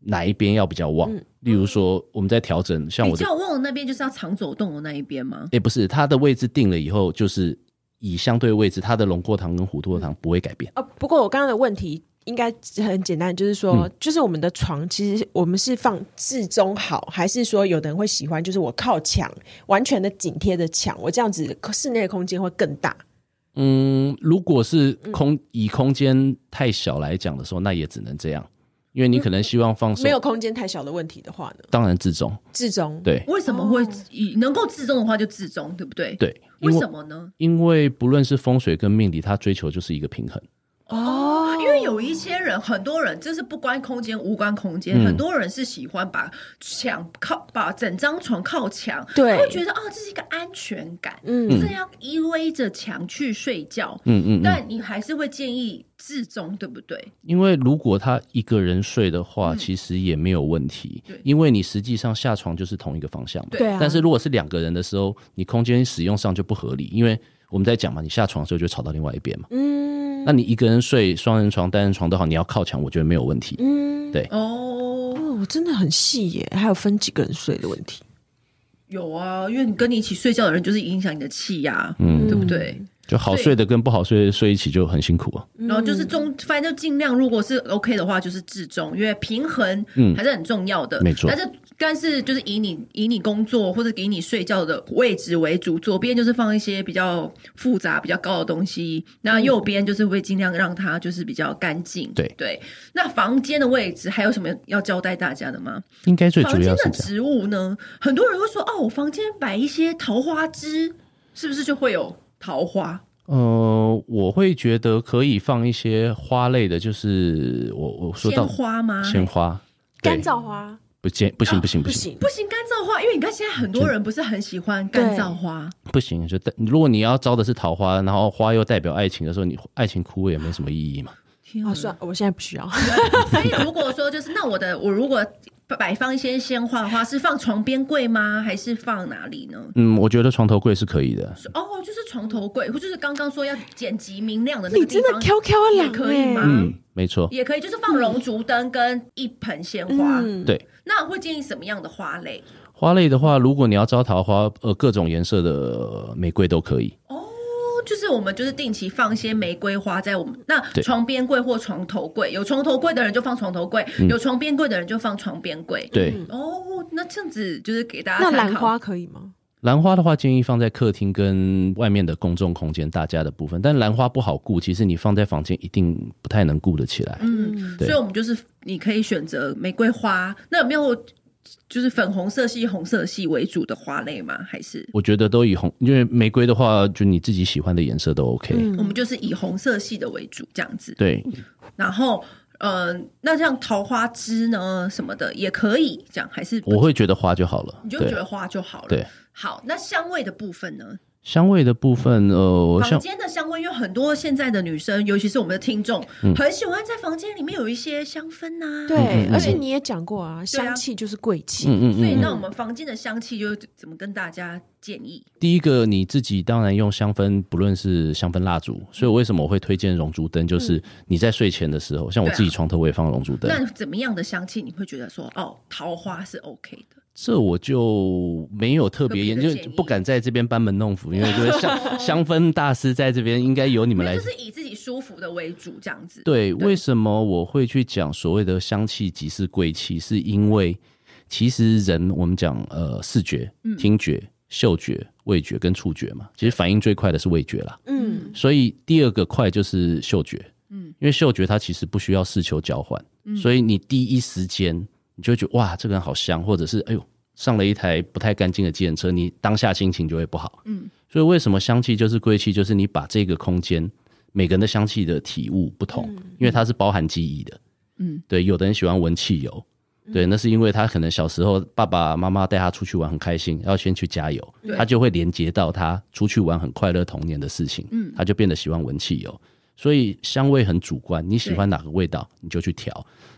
S3: 哪一边要比较旺。例如说，我们在调整，像
S1: 比
S3: 我的，
S1: 较旺的那边就是要常走动的那一边吗？
S3: 诶，不是，它的位置定了以后，就是以相对位置，它的龙过堂跟虎过堂不会改变。
S2: 哦，不过我刚刚的问题应该很简单，就是说，
S3: 嗯
S2: 就是我们的床其实我们是放至中好，还是说有的人会喜欢，就是我靠墙，完全的紧贴着墙，我这样子室内的空间会更大。
S3: 嗯，如果是空以空间太小来讲的时候，那也只能这样，因为你可能希望放手
S2: 没，有空间太小的问题的话呢，
S3: 当然自重，
S2: 至中
S3: 对
S1: 为什么会以能够自重的话就自重，对不对？，
S3: 对，因
S1: 为什
S3: 为
S1: 么呢？
S3: 因为不论是风水跟命理，它追求就是一个平衡，
S2: 哦，
S1: 因为有一些人，很多人就是不关空间，无关空间，
S3: 嗯
S1: 很多人是喜欢把墙靠，把整张床靠墙，
S2: 对
S1: 他会觉得哦，这是一个安全感，
S2: 嗯
S1: 这样依偎着墙去睡觉。
S3: 嗯嗯嗯，
S1: 但你还是会建议至中，对不对？
S3: 因为如果他一个人睡的话，其实也没有问题
S1: 对，
S3: 因为你实际上下床就是同一个方向嘛，
S2: 对啊，
S3: 但是如果是两个人的时候，你空间使用上就不合理，因为我们在讲嘛，你下床的时候就会吵到另外一边嘛。
S2: 嗯
S3: 那你一个人睡双人床、单人床都好，你要靠墙，我觉得没有问题。
S2: 嗯，
S3: 对
S1: 哦，
S2: 哦，我真的很细耶，还有分几个人睡的问题。
S1: 有啊，因为你跟你一起睡觉的人就是影响你的气呀、
S3: 嗯
S1: 对不对？
S3: 就好睡的跟不好睡的睡一起就很辛苦啊。
S1: 然后就是中，反正尽量，如果是 OK 的话，就是至中，因为平衡还是很重要的，
S3: 嗯没错
S1: 但是但是就是以你以你工作或者以你睡觉的位置为主，左边就是放一些比较复杂、比较高的东西，那右边就是会尽量让它就是比较干净。
S3: 对
S1: 对，那房间的位置还有什么要交代大家的吗？
S3: 应该最主
S1: 房间
S3: 要是
S1: 的
S3: 这样，
S1: 植物呢，很多人会说哦，我房间摆一些桃花枝，是不是就会有桃花？
S3: 呃，我会觉得可以放一些花类的，就是我我说
S1: 鲜
S3: 到
S1: 花吗？
S3: 鲜花，对
S2: 干燥花
S3: 不见不行不行
S2: 不
S3: 不行
S2: 行，
S1: 不行，干燥花，因为你看现在很多人不是很喜欢干燥花，
S3: 不行，就代如果你要招的是桃花，然后花又代表爱情的时候，你爱情枯萎也没什么意义嘛。
S1: 天啊
S2: 哦，算了，我现在不需要。
S1: 所以如果说就是那我的我如果摆放一些鲜花的话，是放床边柜吗？还是放哪里呢？
S3: 嗯，我觉得床头柜是可以的。
S1: 哦，就是床头柜，或就是刚刚说要剪辑明亮的那
S2: 你
S1: 个地
S2: 真的
S1: 方，
S2: Q Q
S1: 也
S2: 啊，
S1: 可以吗？
S3: 嗯，没错，
S1: 也可以，就是放龙竹灯跟一盆鲜花。
S2: 嗯，
S3: 对。
S1: 那会建议什么样的花类？
S3: 花类的话，如果你要招桃花，呃，各种颜色的呃玫瑰都可以。
S1: 哦就是我们就是定期放一些玫瑰花在我们那
S3: 对
S1: 床边柜或床头柜，有床头柜的人就放床头柜，有床边柜的人就放床边柜。
S3: 嗯对，
S1: 哦，那这样子就是给大家
S2: 那
S1: 参
S2: 兰
S1: 考。
S2: 花可以吗？
S3: 兰花的话，建议放在客厅跟外面的公众空间大家的部分，但兰花不好顾，其实你放在房间一定不太能顾得起来。
S1: 嗯，
S3: 对
S1: 所以我们就是你可以选择玫瑰花，那有没有就是粉红色系、红色系为主的花类吗？还是
S3: 我觉得都以红，因为玫瑰的话，就你自己喜欢的颜色都 OK。
S2: 嗯
S1: 我们就是以红色系的为主这样子？
S3: 对，
S1: 然后，嗯、那像桃花枝呢什么的也可以这样，还是
S3: 我会觉得花就好了。
S1: 你就
S3: 对
S1: 觉得花就好了。
S3: 对，
S1: 好，那香味的部分呢？
S3: 香味的部分，呃，我
S1: 房
S3: 像
S1: 间的香味，因为很多现在的女生，尤其是我们的听众，
S3: 嗯
S1: 很喜欢在房间里面有一些香氛啊呐、
S2: 对，而且你也讲过啊，香气就是贵气，
S3: 嗯
S1: 所以
S3: 嗯嗯，
S1: 那我们房间的香气就怎么跟大家建议？
S3: 第一个你自己当然用香氛，不论是香氛蜡烛，所以为什么我会推荐龙珠灯，就是你在睡前的时候，像
S1: 嗯
S3: 我
S1: 对啊
S3: 自己床头我也放龙珠灯，
S1: 那怎么样的香气你会觉得说哦，桃花是 OK 的？
S3: 这我就没有特别研
S1: 特
S3: 究
S1: 别的建，议
S3: 不敢在这边班门弄斧，因为 就是香香氛大师在这边应该由你们
S1: 因为
S3: 来
S1: 就。是以自己舒服的为主，这样子。
S3: 对，为什么我会去讲所谓的香气即是贵气？是因为其实人我们讲呃视觉、
S1: 嗯
S3: 听觉、嗅觉、味觉跟触觉嘛，其实反应最快的是味觉啦。
S2: 嗯，
S3: 所以第二个快就是嗅觉，嗯，因为嗅觉它其实不需要视求交换，所以你第一时间你就会觉得哇，这个人好香，或者是哎呦上了一台不太干净的计程车，你当下心情就会不好，嗯，所以为什么香气就是贵气，就是你把这个空间每个人的香气的体悟不同，因为它是包含记忆的，嗯，对，有的人喜欢闻汽油。对，那是因为他可能小时候爸爸妈妈带他出去玩很开心，要先去加油，他就会连接到他出去玩很快乐童年的事情，嗯，他就变得喜欢闻汽油。所以香味很主观，你喜欢哪个味道你就去调，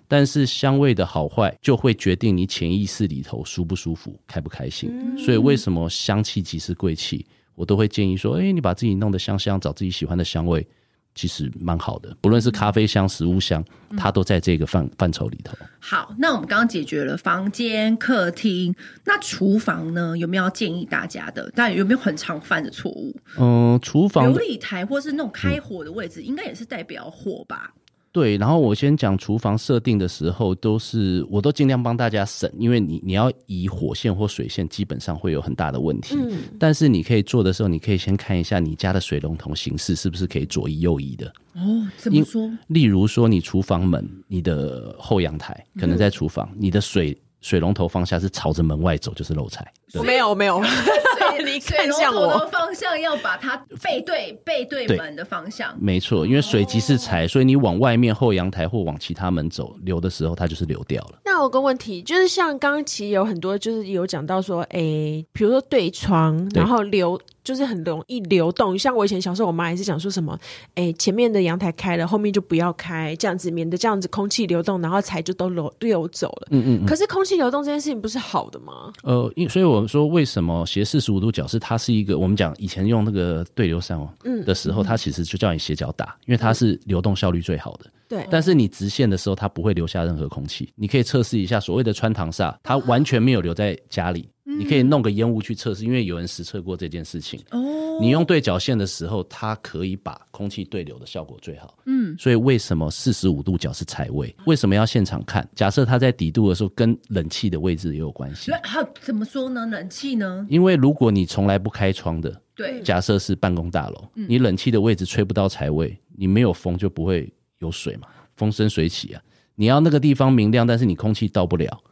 S3: 但是香味的好坏就会决定你潜意识里头舒不舒服、开不开心。
S1: 嗯
S3: 所以为什么香气即是贵气，我都会建议说，哎、你把自己弄得香香，找自己喜欢的香味，其实蛮好的。不论是咖啡香、食物香，它都在这个范范畴里头。
S1: 好，那我们刚刚解决了房间、客厅，那厨房呢？有没有要建议大家的？但有没有很常犯的错误？
S3: 嗯，厨房
S1: 琉
S3: 的
S1: 璃台或是那种开火的位置，应该也是代表火吧？
S3: 对，然后我先讲厨房设定的时候，都是我都尽量帮大家省，因为你你要以火线或水线，基本上会有很大的问题。但是你可以做的时候，你可以先看一下你家的水龙头形式是不是可以左移右移的。
S1: 哦，怎么说？
S3: 例如说，你厨房门、你的后阳台，可能在厨房，你的水水龙头方向是朝着门外走，就是漏财。
S2: 我没有我没 有， 你看
S1: 水
S2: 向
S1: 龙头
S2: 我，
S1: 的方向要把它背对背对门的方向。
S3: 没错，因为水即是财，所以你往外面后阳台或往其他门走流的时候，它就是流掉了。
S2: 那我有个问题就是，像刚刚其实有很多就是有讲到说，诶、比如说对窗，
S3: 对
S2: 然后流就是很容易流动。像我以前小时候，我妈也是讲说什么，诶、前面的阳台开了，后面就不要开，这样子免得这样子空气流动，然后财就都流流走了。嗯嗯可是空气流动这件事情不是好的吗？
S3: 呃，因所以我们说，为什么斜四十五度角是它是一个我们讲以前用那个对流散网的时候，它其实就叫你斜角打，因为它是流动效率最好的。
S2: 对，
S3: 但是你直线的时候，它不会留下任何空气。你可以测试一下所谓的穿堂煞，它完全没有留在家里。你可以弄个烟雾去测试，因为有人实测过这件事情。
S1: 哦，
S3: 你用对角线的时候，它可以把空气对流的效果最好。嗯，所以为什么四十五度角是财位？为什么要现场看？假设它在底度的时候，跟冷气的位置也有关系
S1: 那。好，怎么说呢？冷气呢？
S3: 因为如果你从来不开窗的，
S2: 嗯
S1: 对，
S3: 假设是办公大
S1: 嗯
S3: 楼，你冷气的位置吹不到财位，你没有风就不会有水嘛，风生水起啊。你要那个地方明亮，但是你空气到不了，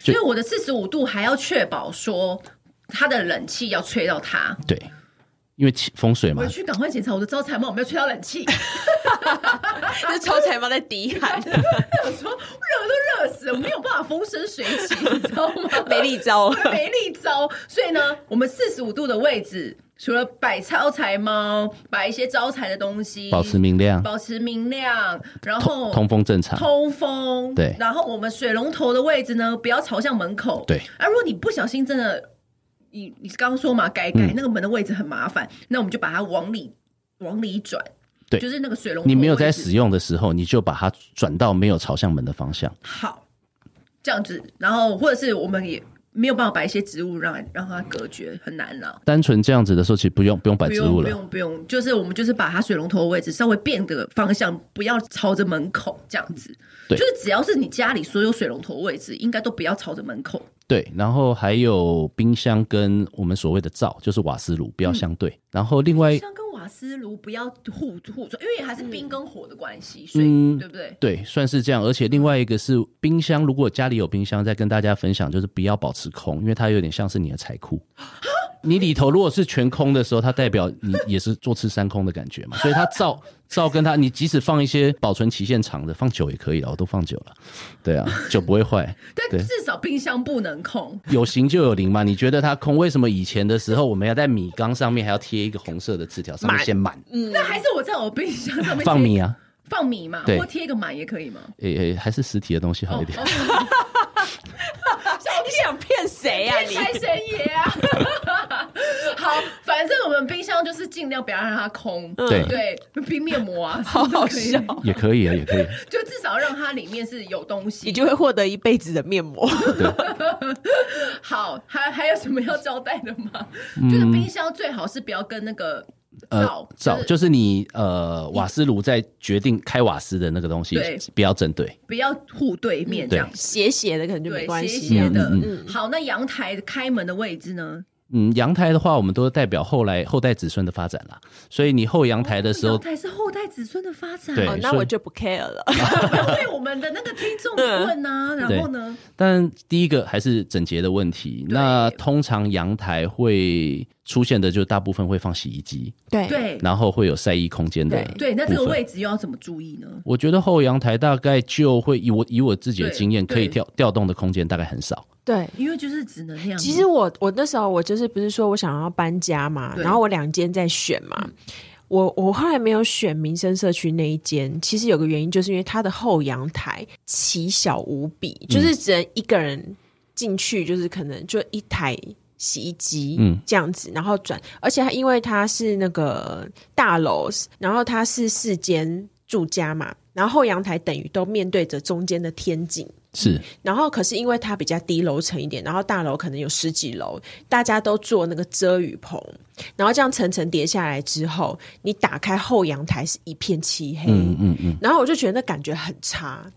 S1: 所以我的四十五度还要确保说它的冷气要吹到它。
S3: 对，因为气风水嘛
S1: 回，去赶快检查我的招财猫有没有吹到冷气，
S2: 就是超财猫在滴汗，
S1: 我说热都热死了，我没有办法风生水起，你知道吗？
S2: 没力招了。
S1: 没力招，所以呢，我们四十五度的位置除了摆招财猫，摆一些招财的东西，
S3: 保持明亮，
S1: 保持明亮，然后
S3: 通风正常。
S1: 通风，
S3: 对
S1: 然后我们水龙头的位置呢，不要朝向门口。
S3: 对
S1: 啊，如果你不小心真的，你你刚刚说嘛，改
S3: 嗯
S1: 改、那个门的位置很麻烦，那我们就把它往里往里转。
S3: 对
S1: 就是那个水龙头。
S3: 你没有在使。用的时候，你就把它转到没有朝向门的方向。
S1: 好，这样子，然后或者是我们也没有办法摆一些植物让让它隔绝，很难了。
S3: 单纯这样子的时候，其实不用不用摆
S1: 不
S3: 植
S1: 用
S3: 物
S1: 不
S3: 了。
S1: 用不用，就是我们就是把它水龙头的位置稍微变个方向，不要朝着门口这样子。
S3: 对
S1: 就是只要是你家里所有水龙头位置，应该都不要朝着门口。
S3: 对，然后还有冰箱跟我们所谓的灶，就是瓦斯炉，不要相
S1: 嗯
S3: 对。然后另外，
S1: 像跟瓦斯炉不要互互撞，因为还是冰跟火的关系，所
S3: 嗯
S1: 以对不对？
S3: 对，算是这样。而且另外一个是冰箱，如果家里有冰箱，再跟大家分享，就是不要保持空，因为它有点像是你的财库。
S1: 啊
S3: 你里头如果是全空的时候，它代表你也是坐吃山空的感觉嘛，所以它照照跟它，你即使放一些保存期限长的，放久也可以了，我都放久了，对啊，酒不会坏。对
S1: 但至少冰箱不能空，
S3: 有形就有灵嘛？你觉得它空？为什么以前的时候我们要在米缸上面还要贴一个红色的字条，上面
S2: 满
S3: 写满
S1: 那还是我在我冰箱上面贴
S3: 嗯放米啊？
S1: 放米嘛，
S3: 对
S1: 或贴一个满也可以哦吗？
S3: 诶、诶、还是实体的东西好一点。
S2: 你想骗谁呀、 你
S1: 财神爷啊！好，反正我们冰箱就是尽量不要让它空，
S3: 对
S1: 对，冰面膜啊，好
S2: 好笑
S3: 也可以啊，也可以。
S1: 就至少让它里面是有东西。
S2: 你就会获得一辈子的面 膜。
S1: 好，还还有什么要交代的吗？
S3: 嗯
S1: 就是冰箱最好是不要跟那个灶
S3: 呃灶
S1: 是
S3: 就是你呃瓦斯炉在决定开瓦斯的那个东西
S1: 对，
S3: 不要正对。
S1: 不要互对面这样。
S2: 斜斜的可能就没
S1: 对，
S2: 关
S1: 斜
S2: 系，啊
S1: 斜的
S3: 嗯。
S1: 好，那阳台开门的位置呢？
S3: 嗯，阳台的话，我们都代表后来后代子孙的发展啦。所以你后阳台的时候
S1: 阳，台是后代子孙的发展。
S3: 对
S2: 哦，那
S3: 所以
S2: 我就不 care 了。
S1: 因为我们的那个听众
S2: 嗯
S1: 问啊，然后呢，
S3: 但第一个还是整洁的问题。
S1: 对
S3: 那通常阳台会出现的，就大部分会放洗衣机，
S2: 对
S1: 对
S3: 然后会有晒衣空间的
S2: 对
S1: 对，那这个
S3: 部分
S1: 位置又要怎么注意呢？
S3: 我觉得后阳台大概就会以我以我自己的
S1: 对
S3: 经验，可以
S1: 对
S3: 调调动的空间大概很少。
S2: 对，
S1: 因为就是只能那样。
S2: 嗯其实我我那时候我就是不是说我想要搬家嘛，
S1: 对
S2: 然后我两间在选
S3: 嗯
S2: 嘛。我我后来没有选民生社区那一间，其实有个原因，就是因为它的后阳台奇小无比，
S3: 嗯
S2: 就是只能一个人进去，就是可能就一台洗衣机，
S3: 嗯
S2: 这样子，然后转，而且它因为它是那个大楼，然后它是四间住家嘛，然后后阳台等于都面对着中间的天井，
S3: 是，
S2: 然后可是因为它比较低楼层一点，然后大楼可能有十几楼，大家都做那个遮雨棚，然后这样层层叠下来之后，你打开后阳台是一片漆黑，
S3: 嗯嗯嗯，
S2: 然后我就觉得那感觉很差。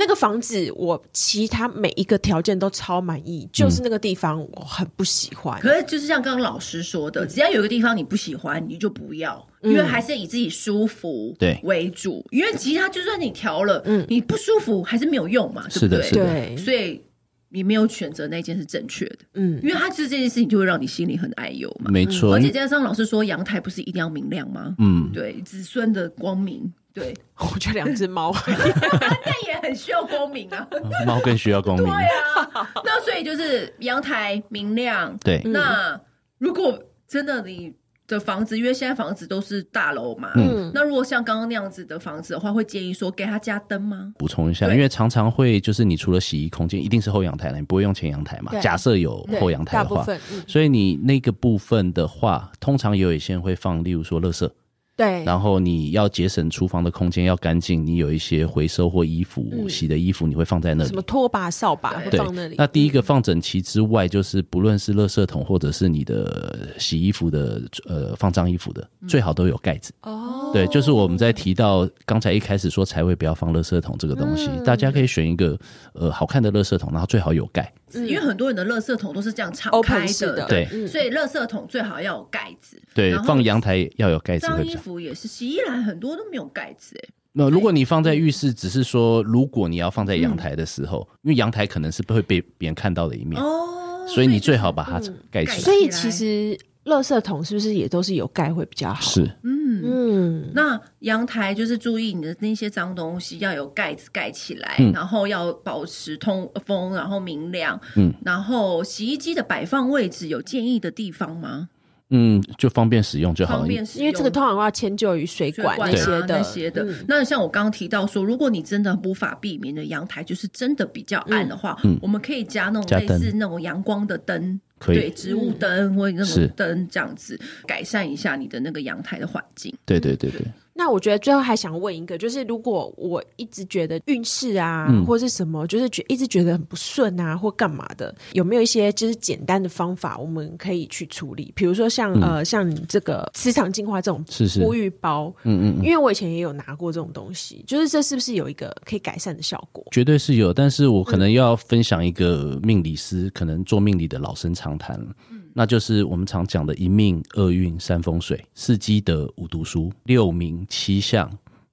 S2: 那个房子我其他每一个条件都超满意，就是那个地方我很不喜欢。
S1: 可是就是像刚刚老师说
S2: 嗯
S1: 的，只要有一个地方你不喜欢，你就不要，因为还是以自己舒服
S3: 对
S1: 为主。因为其他就算你调了，你不舒服还是没有用嘛，对
S3: 是
S1: 不
S3: 的
S1: 对？
S3: 是的
S2: 嗯对，
S1: 所以你没有选择那件是正确的，
S2: 嗯，
S1: 因为它就是这件事情就会让你心里很哎呦嘛。
S3: 嗯没错。
S1: 而
S3: 因
S1: 且
S3: 为
S1: 加上老师说，阳台不是一定要明亮吗？
S3: 嗯，
S1: 对，子孙的光明，对，
S2: 我觉得两只猫
S1: 但也很需要光明啊。
S3: 猫更需要光 明
S1: 对。 啊，那所以就是阳台明亮，
S3: 对，
S1: 那如果真的你的房子，因为现在房子都是大楼嘛，
S3: 嗯
S1: 那如果像刚刚那样子的房子的话，会建议说给他加灯吗？
S3: 补充一下，
S1: 对
S3: 因为常常会就是你除了洗衣空间，一定是后阳台了，你不会用前阳台嘛
S2: 对？
S3: 假设有后阳台
S2: 大
S3: 的
S2: 部
S3: 话，
S2: 分，嗯，
S3: 所以你那个部分的话，通常也有一些人会放，例如说垃圾，
S2: 对，
S3: 然后你要节省厨房的空间，要干净，你有一些回收或衣服、洗的衣服，你会放在那
S2: 嗯什么
S3: 里。
S2: 拖把、扫把会
S3: 对
S2: 放那里，。嗯
S3: 那第一个放整齐之外，就是不论是垃圾桶或者是你的洗衣服的呃放脏衣服的，
S2: 嗯
S3: 最好都有盖子。
S2: 哦，
S3: 对，就是我们在提到刚才一开始说才会不要放垃圾桶这个东
S1: 嗯
S3: 西，大家可以选一个呃好看的垃圾桶，然后最好有盖。
S1: 因为很多人的垃圾桶都是这样敞开
S2: 哦
S3: 哦
S2: Open 式
S1: 的，
S2: 的嗯
S3: 对
S1: 所以垃圾桶最好要有盖子。
S3: 嗯对
S1: 然，后
S3: 放阳台要有盖子
S1: 脏
S3: 会比
S1: 衣
S3: 较。
S1: 服也是，洗衣篮很多都没有盖子、欸，
S3: 那如果你放在浴室，只是说如果你要放在
S1: 嗯
S3: 阳台的时候，因为阳台可能是会被别人看到的一面，
S1: 哦，
S3: 嗯所以你最好把它盖
S1: 嗯盖
S3: 起
S1: 起
S3: 来。
S2: 所以其实垃圾桶是不是也都是有盖会比较好？，
S3: 是，
S1: 嗯。
S2: 嗯，
S1: 那阳台就是注意你的那些脏东西要有盖子盖起来，
S3: 嗯
S1: 然后要保持通风，然后明亮。
S3: 嗯，
S1: 然后洗衣机的摆放位置有建议的地方吗？
S3: 嗯，就方便使用就好
S1: 方
S3: 了。
S1: 便使
S2: 因
S1: 用，
S2: 为这个通常要迁就于水
S1: 水
S2: 管
S1: 管啊
S2: 些的，嗯
S1: 那些的。那像我刚刚提到说，如果你真的无法避免的阳台就是真的比较暗的话，我们可以加那
S3: 嗯加
S1: 种类
S3: 灯
S1: 似那种阳光的灯。
S3: 可以
S1: 对植物
S2: 嗯
S1: 灯或者那
S3: 是
S1: 种灯这样子，改善一下你的那个阳台的环境。
S3: 对对对对，
S2: 那我觉得最后还想问一个，就是如果我一直觉得运势啊，
S3: 嗯
S2: 或是什么，就是觉一直觉得很不顺啊，或干嘛的，有没有一些就是简单的方法我们可以去处理？比如说像、呃，像你这个磁场净化这种
S3: 嗯是是
S2: 沐浴包，
S3: 嗯嗯嗯，
S2: 因为我以前也有拿过这种东西，就是这是不是有一个可以改善的效果？
S3: 绝对是有，但是
S2: 嗯
S3: 我可能要分享一个命理师，可能做命理的老生常谈，
S2: 嗯
S3: 那就是我们常讲的一命二运三风水，四积德五读书，六名七相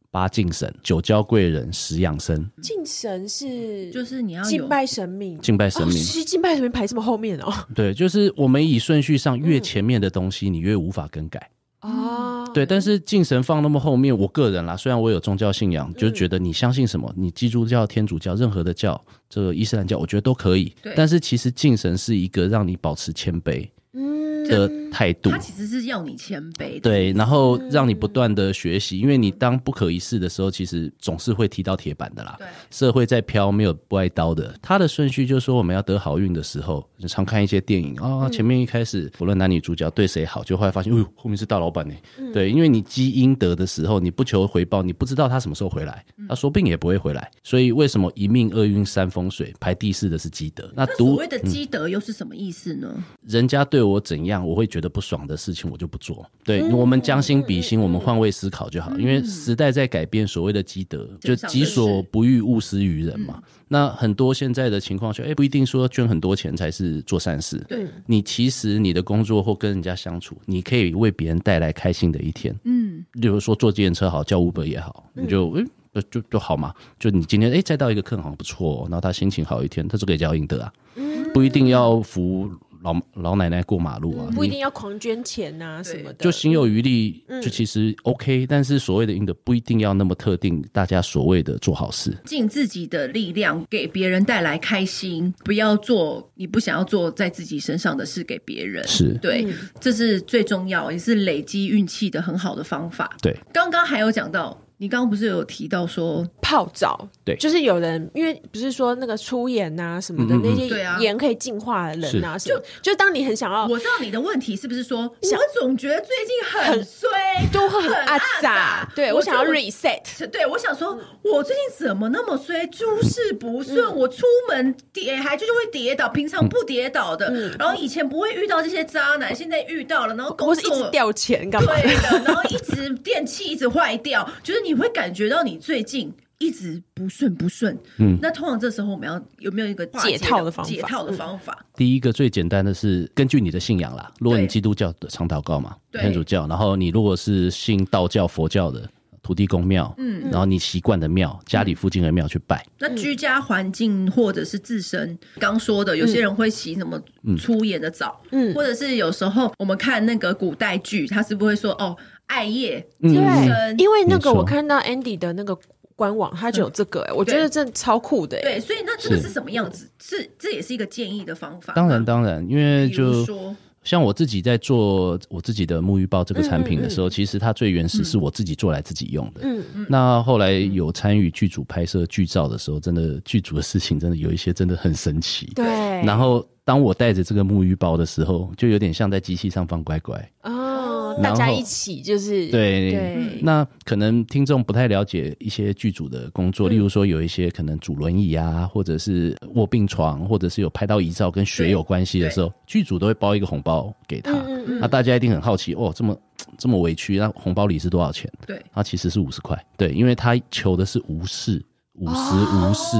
S3: 八敬神，九交贵人十养生，
S2: 敬神是
S1: 嗯就是你要有
S2: 敬拜神明，
S3: 敬拜神
S2: 哦，
S3: 明。
S2: 是敬拜神明排这么后面哦，
S3: 对，就是我们以顺序上
S2: 嗯
S3: 越前面的东西，你越无法更改。
S2: 哦，
S1: 嗯
S3: 对，但是敬神放那么后面，我个人啦，虽然我有宗教信
S1: 嗯
S3: 仰，就觉得你相信什么，你基督教、天主教、任何的教，这个伊斯兰教，我觉得都可以
S1: 对。
S3: 但是其实敬神是一个让你保持谦卑
S2: 嗯
S3: 的态度
S1: 嗯它。其实是要你谦卑的。嗯
S3: 对，然后让你不断的学习，因为你当不可一世的时候，其实总是会踢到铁板的啦。
S1: 对
S3: 社会在飘，没有不挨刀的。它的顺序就是说，我们要得好运的时候，就常看一些电影
S1: 嗯
S3: 啊、前面一开始不论男女主角对谁好，就后来发现，哎呦，后面是大老板呢、
S1: 嗯
S3: 对，因为你积阴德的时候，你不求回报，你不知道他什么时候回来，
S1: 嗯
S3: 他说不定也不会回来。所以为什么一命二运三风水排第四的是积德？那
S1: 那所
S3: 读
S1: 谓的积德又是什么意思呢？
S3: 人家对我怎样，我会觉得不爽的事情，我就不做。对、我们将心比心，我们换位思考就好。因为时代在改变，所谓的积德，就
S1: 正常的
S3: 己所不欲，勿施于人嘛。那很多现在的情况下，哎、不一定说捐很多钱才是做善事。
S1: 对，
S3: 你其实你的工作或跟人家相处，你可以为别人带来开心的一天。
S1: 嗯，
S3: 例如说坐计程车好，叫 Uber 也好，
S2: 嗯
S3: 你就诶呃就就好嘛。就你今天诶再到一个客人好像不错、哦，然后他心情好一天，他这个也叫应得啊，
S2: 嗯
S3: 不一定要扶老老奶奶过马路啊，
S2: 嗯不一
S3: 你
S2: 定嗯要狂捐钱啊什么的，
S3: 就心有余力，就其实 OK。但是所谓的应得不一定要那么特定，大家所谓的做好事。
S1: 尽自己的力量给别人带来开心，不要做你不想要做在自己身上的事给别人。
S3: 是
S1: 对，这是最重要，也是累积运气的很好的方法。
S3: 对，
S1: 刚刚还有讲到，你刚刚不是有提到说，
S2: 泡澡，
S3: 对
S2: 就是有人因为不是说那个粗盐啊什么的、
S3: 嗯嗯嗯
S2: 那些
S1: 对啊
S2: 盐可以净化人啊什么，就就当你很想要，
S1: 我知道你的问题是不是说，我总觉得最近很衰，
S2: 就会很阿杂
S1: 杂，，
S2: 对我想要
S1: 就
S2: reset，
S1: 对，我想
S2: 嗯
S1: 说，我最近怎么那么衰，诸事不顺，我出门跌还就是会跌倒，平常不跌倒的，
S2: 嗯
S1: 然后以前不会遇到这些渣男，现在遇到了，然后工
S2: 或是一
S1: 作
S2: 直掉钱干嘛？
S1: 对的，然后一直电器一直坏掉，就是你会感觉到你最近。一直不顺不顺，嗯，那通常这时候我们要有没有一个化
S2: 解套的方法嗯
S1: 解套的方法，
S3: 第一个最简单的是根据你的信仰啦，如果你
S1: 对
S3: 基督教的常祷告嘛，
S1: 对
S3: 天主教，然后你如果是信道教、佛教的土地公庙，嗯，然后你习惯的庙，家里附近的庙去拜，
S1: 那
S2: 嗯
S1: 居家环境或者是自身刚说的，有些人会洗什么粗盐的澡，嗯，或者是有时候我们看那个古代剧，他是不是会说哦艾叶
S2: 对
S1: 嗯
S2: 因为那个
S3: 没错
S2: 我看到 Andy 的那个官网，它就有这个、欸，我觉得这超酷的、欸，
S1: 对，所以那这个
S3: 是
S1: 是什么样子？是这也是一个建议的方法吗。
S3: 当然，当然，因为
S1: 比如
S3: 就
S1: 说
S3: 像我自己在做我自己的沐浴包这个产品的时候，其实它最原始是我自己做来自己用的。嗯，那后来有参与剧组拍摄剧照的时候，真的剧组的事情真的有一些真的很神奇。
S2: 对，
S3: 然后当我带着这个沐浴包的时候，就有点像在机器上放乖乖。
S2: 哦，
S3: 然
S2: 大
S3: 后
S2: 家一起就是
S3: 对
S1: 嗯
S2: 对，
S3: 那可能听众不太了解一些剧组的工作，例如说有一些可能主轮椅啊，或者是卧病床，或者是有拍到遗照跟血有关系的时候，剧组都会包一个红包给
S2: 嗯
S3: 他。
S1: 嗯
S3: 那大家一定很好奇，哦，这么这么委屈，那红包里是多少钱？
S1: 对
S3: 它其实是五十块，对，因为他求的是无视，五十无视。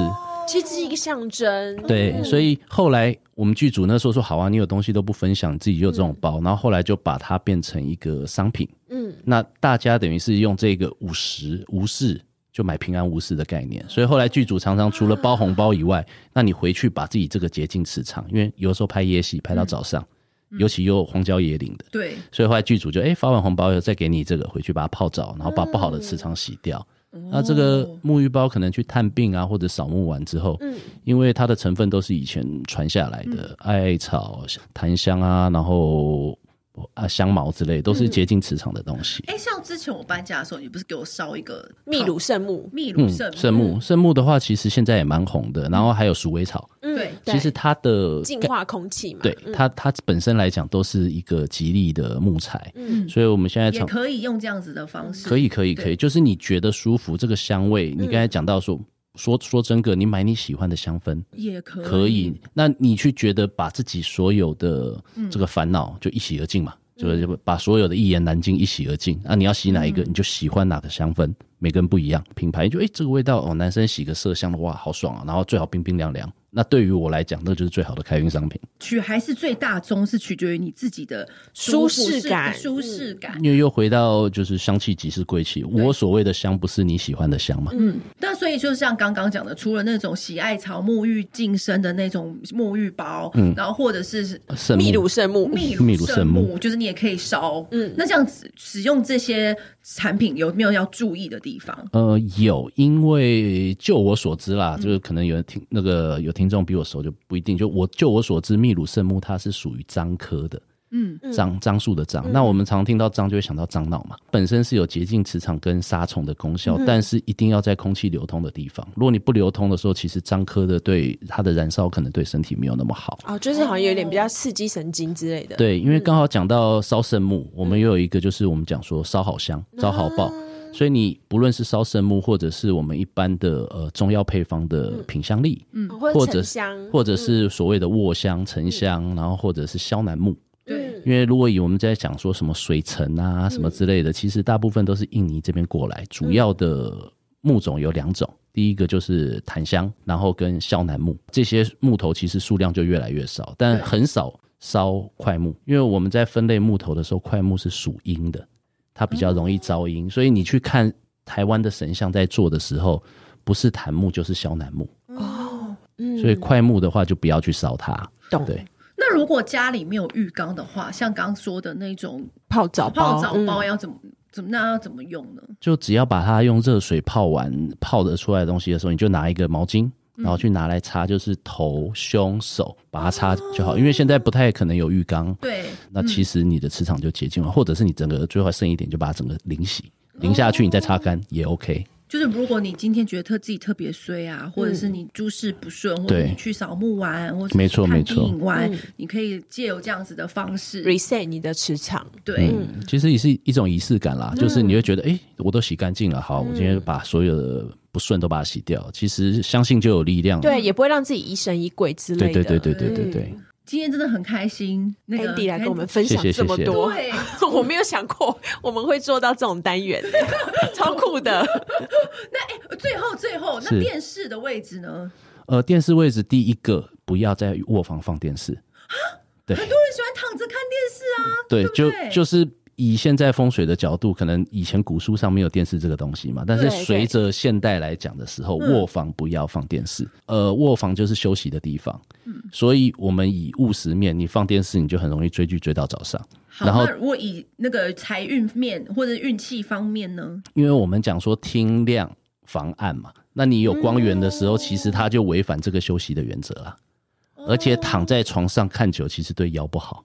S2: 其实这是一个象征，
S3: 对，所以后来我们剧组那时候说好啊，你有东西都不分享，自己就有这种包，然后后来就把它变成一个商品。嗯，那大家等于是用这个五十无事就买平安无事的概念，所以后来剧组常常除了包红包以外，那你回去把自己这个竭尽磁场，因为有时候拍夜戏拍到早上，尤其又荒郊野岭的，
S1: 对，
S3: 所以后来剧组就哎、发完红包以后再给你这个回去把它泡澡，然后把不好的
S1: 嗯
S3: 磁场洗掉。那这个
S1: 哦
S3: 沐浴包可能去探病啊，或者扫墓完之后，
S1: 嗯
S3: 因为它的成分都是以前传下来的，艾草、檀香啊，然后啊香茅之类，都
S1: 嗯
S3: 是接近磁场的东西。
S1: 哎、像之前我搬家的时候，你不是给我烧一个
S2: 秘鲁圣木，
S1: 秘鲁
S3: 嗯，
S1: 圣木
S3: 圣木，圣木的话，其实现在也蛮红的。然后还有鼠尾草，
S1: 对嗯
S2: 嗯
S3: 其实它的
S2: 净
S3: 概
S2: 化空气嘛，
S3: 对它它本身来讲都是一个吉利的木材，
S2: 嗯
S3: 所以我们现在
S1: 也
S3: 常
S1: 可以用这样子的方式，
S3: 可以可以
S1: 对
S3: 可以，就是你觉得舒服，这个香味，你刚
S2: 嗯
S3: 才讲到说说说真格，你买你喜欢的香氛。
S1: 也可以
S3: 可以，那你去觉得把自己所有的
S2: 嗯
S3: 这个烦恼就一洗而尽嘛，就是把所有的一言难尽一洗而尽。啊，你要洗哪一个，
S2: 嗯
S3: 你就喜欢哪个香氛，每个人不一样，品牌就诶这个味道哦，男生洗个麝香的哇，好爽啊，然后最好冰冰凉凉。那对于我来讲，那就是最好的开运商品，
S1: 取还是最大宗是取决于你自己的
S2: 舒
S1: 服
S2: 适感
S1: 舒适感。
S3: 因为又回到就是香气即是贵气，我所谓的香不是你喜欢的香嘛，
S2: 嗯
S1: 那所以就像刚刚讲的，除了那种喜爱草沐浴净身的那种沐浴包，然后或者是
S3: 圣
S2: 秘
S3: 木
S2: 鲁圣木，
S1: 秘
S3: 嗯哦秘
S1: 鲁
S3: 鲁
S1: 圣
S3: 圣木
S1: 木，就是你也可以烧。嗯，那这样子使用这些产品有没有要注意的地方？
S3: 呃，有，因为就我所知啦，就是可能有人听那个有听众比我熟就不一定。就我就我所知，秘鲁圣木它是属于樟科的，
S1: 嗯，
S3: 樟樟树的樟。那我们常听到樟就会想到樟脑嘛，本身是有洁净磁场跟杀虫的功效，但是一定要在空气流通的地方。如果你不流通的时候，其实樟科的对它的燃烧可能对身体没有那么好。
S2: 哦，就是好像有点比较刺激神经之类的，
S3: 对，因为刚好讲到烧圣木，我们又有一个就是我们讲说烧好香、烧好爆，所以你不论是烧圣木，或者是我们一般的呃中药配方的品香力，
S1: 嗯
S2: 哦，或者
S3: 或者
S2: 沉
S3: 是
S2: 香，
S3: 或者是所谓的卧香、沉香，然后或者是萧楠木。
S2: 嗯
S1: 对，
S3: 因为如果以我们在讲说什么水层啊什么之类的，其实大部分都是印尼这边过来，
S2: 嗯
S3: 主要的木种有两种。第一个就是檀香，然后跟萧楠木这些木头，其实数量就越来越少，但很少烧块木，因为我们在分类木头的时候，块木是属阴的，它比较容易招
S2: 哦
S3: 阴，所以你去看台湾的神像在做的时候，不是檀木就是萧楠木，
S1: 哦。
S2: 嗯
S3: 所以块木的话就不要去烧它。
S2: 懂
S3: 对
S1: 那如果家里没有浴缸的话，像刚刚说的那种
S2: 泡澡
S1: 泡澡
S2: 嗯
S1: 包要怎么、怎么那要怎么用呢？
S3: 就只要把它用热水泡完泡得出来的东西的时候，你就拿一个毛巾，然后去拿来擦，就是头、胸、手，把它擦就好。因为现在不太可能有浴缸，
S1: 对，
S3: 那其实你的磁场就洁净了，或者是你整个最后剩一点，就把它整个淋洗，淋下去你再擦干也 OK。
S1: 就是如果你今天觉得特自己特别衰啊，或者是你诸事不顺，或者
S3: 对
S1: 你去扫墓玩，或者
S3: 没错
S1: 是看
S3: 没错
S1: 电影玩，你可以借由这样子的方式，
S2: reset 你的磁场，
S1: 对，
S3: 嗯，其实也是一种仪式感啦，就是你会觉得，哎、我都洗干净了，好，我今天把所有的不顺都把它洗掉。其实相信就有力量了。
S2: 对，也不会让自己疑神疑鬼之类
S3: 对
S2: 的。
S3: 对对对对对对。
S1: 今天真的很开心，那个
S2: Andy 来跟我们分享
S3: 谢谢
S2: 这么多，
S1: 谢
S2: 我没有想过我们会做到这种单 元，超酷的。
S1: 最后最后那
S3: 是
S1: 电视的位置呢？
S3: 呃，电视位置第一个不要在卧房放电视。
S2: 啊
S3: 对
S1: 很多人喜欢躺着看电视啊，
S3: 对，
S1: 不
S3: 就
S2: 欸
S1: 对
S3: 就是以现在风水的角度，可能以前古书上没有电视这个东西嘛，但是
S2: 对嗯
S3: 随着现代来讲的时候，卧房不要放电视，呃，卧房就是休息的地方，
S2: 嗯
S3: 所以我们以务实面，你放电视你就很容易追剧追到早上，
S1: 好，
S3: 然后
S1: 那如果以那个财运面或者运气方面呢？
S3: 因为我们讲说听量防暗嘛，那你有光源的
S1: 嗯
S3: 时候，其实它就违反这个休息的原则啦。
S1: 哦
S3: 而且躺在床上看久，其实对腰不好，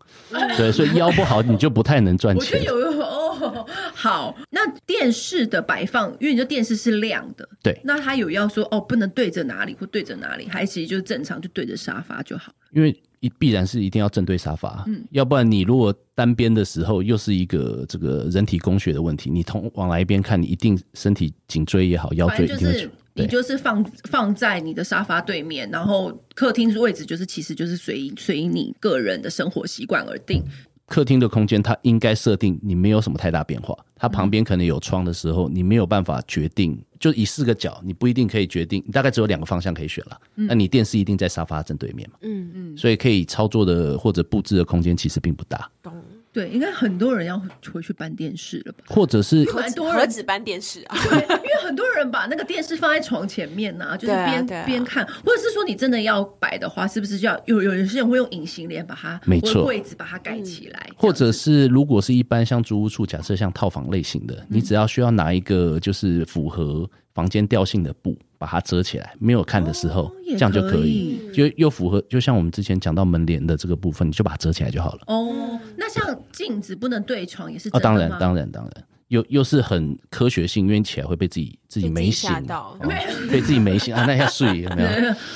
S3: 对，所以腰不好你就不太能
S1: 嗯
S3: 赚
S1: 我觉得。
S3: 钱
S1: 有 哦，好，那电视的摆放，因为你说电视是亮的，
S3: 对
S1: 那它有要说哦，不能对着哪里或对着哪里，还其实就正常就对着沙发就好。
S3: 因为一必然是一定要正对沙发，啊
S1: 嗯
S3: 要不然你如果单边的时候，又是一个这个人体工学的问题，你同往哪一边看，你一定身体颈椎也好，腰
S1: 反
S3: 椎
S1: 正
S3: 哦一
S1: 就
S3: 定会
S1: 是
S3: 出。
S1: 你
S3: 对
S1: 就是放放在你的沙发对面，然后客厅位置就是其实就是随随你个人的生活习惯而定。
S3: 客厅的空间，它应该设定你没有什么太大变化。它旁边可能有窗的时候，你没有办法决定，就以四个角，你不一定可以决定，你大概只有两个方向可以选了。那你电视一定在沙发正对面嘛？
S2: 嗯
S3: 嗯，所以可以操作的或者布置的空间其实并不大，
S2: 懂，
S1: 对，应该很多人要回去搬电视了吧？
S3: 或者是
S1: 蛮多人
S2: 何止搬电视啊？
S1: 对，因为很多人把那个电视放在床前面呐、就是
S2: 对啊
S1: 边
S2: 对啊
S1: 边、看，或者是说你真的要摆的话，是不是就要有有有些人会用隐形帘把它，
S3: 没错
S1: 或柜子把它
S2: 嗯
S1: 盖起来，这样
S3: 或者是如果是一般像租屋处，假设像套房类型的，你只要需要拿一个就是符合房间调性的布把它遮起来，没有看的时候，
S1: 哦也
S3: 这样就可
S1: 可
S3: 以，就又符合，就像我们之前讲到门帘的这个部分，你就把它遮起来就好了。
S1: 哦，那像镜子不能对床也是
S3: 啊，
S1: 真的
S3: 当然
S1: 吗，
S3: 当然，当然，又又是很科学性，因为起来会被自己自己
S2: 被自己
S3: 没醒
S2: 吓到，
S3: 哦被自己没醒啊，那要睡 有没有？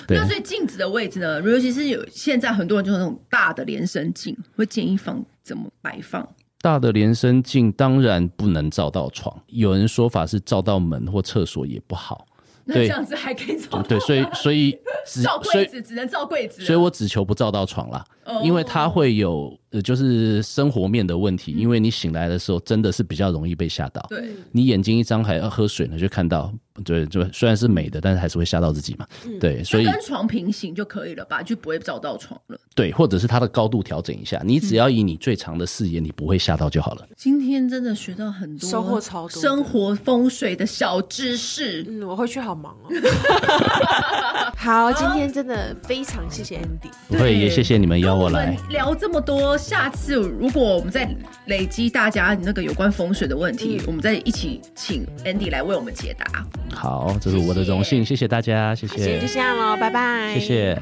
S3: 对
S1: 那所以镜子的位置呢？尤其是有现在很多人就是那种大的连身镜，会建议放怎么摆放？
S3: 大的连身镜当然不能照到床，有人说法是照到门或厕所也不好。
S1: 那
S3: 对嗯
S1: 这样子还可以照
S3: 对，所以所以只
S1: 照
S3: 所
S1: 柜
S3: 以
S1: 子，只能照柜子啊。
S3: 所以我只求不照到床啦，
S1: 哦
S3: 因为它会有呃就是生活面的问题，因为你醒来的时候真的是比较容易被吓到。
S1: 对
S3: 你眼睛一张还要喝水呢，就看到，对，就虽然是美的，但是还是会吓到自己嘛。对，所以
S1: 就跟床平行就可以了吧，就不会照到床了。
S3: 对，或者是它的高度调整一下，你只要以你最长的视野，你不会吓到就好了。
S1: 今天真的学到很多
S2: 收获超多的
S1: 生活风水的小知识。
S2: 嗯，我回去好忙哦。哦 好，今天真的非常谢谢 Andy。
S3: 不会，也谢谢你们邀我来
S1: 跟。们聊这么多，下次如果我们再累积大家那个有关风水的问题，
S2: 嗯
S1: 我们再一起请 Andy 来为我们解答。
S3: 好，这是我的荣幸，谢谢大家，谢谢
S2: 就，这样喽，拜拜，
S3: 谢谢。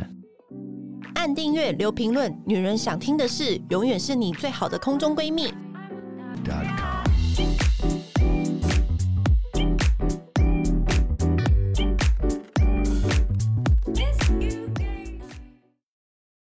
S4: 按订阅，留评论，女人想听的事，永远是你最好的空中闺蜜。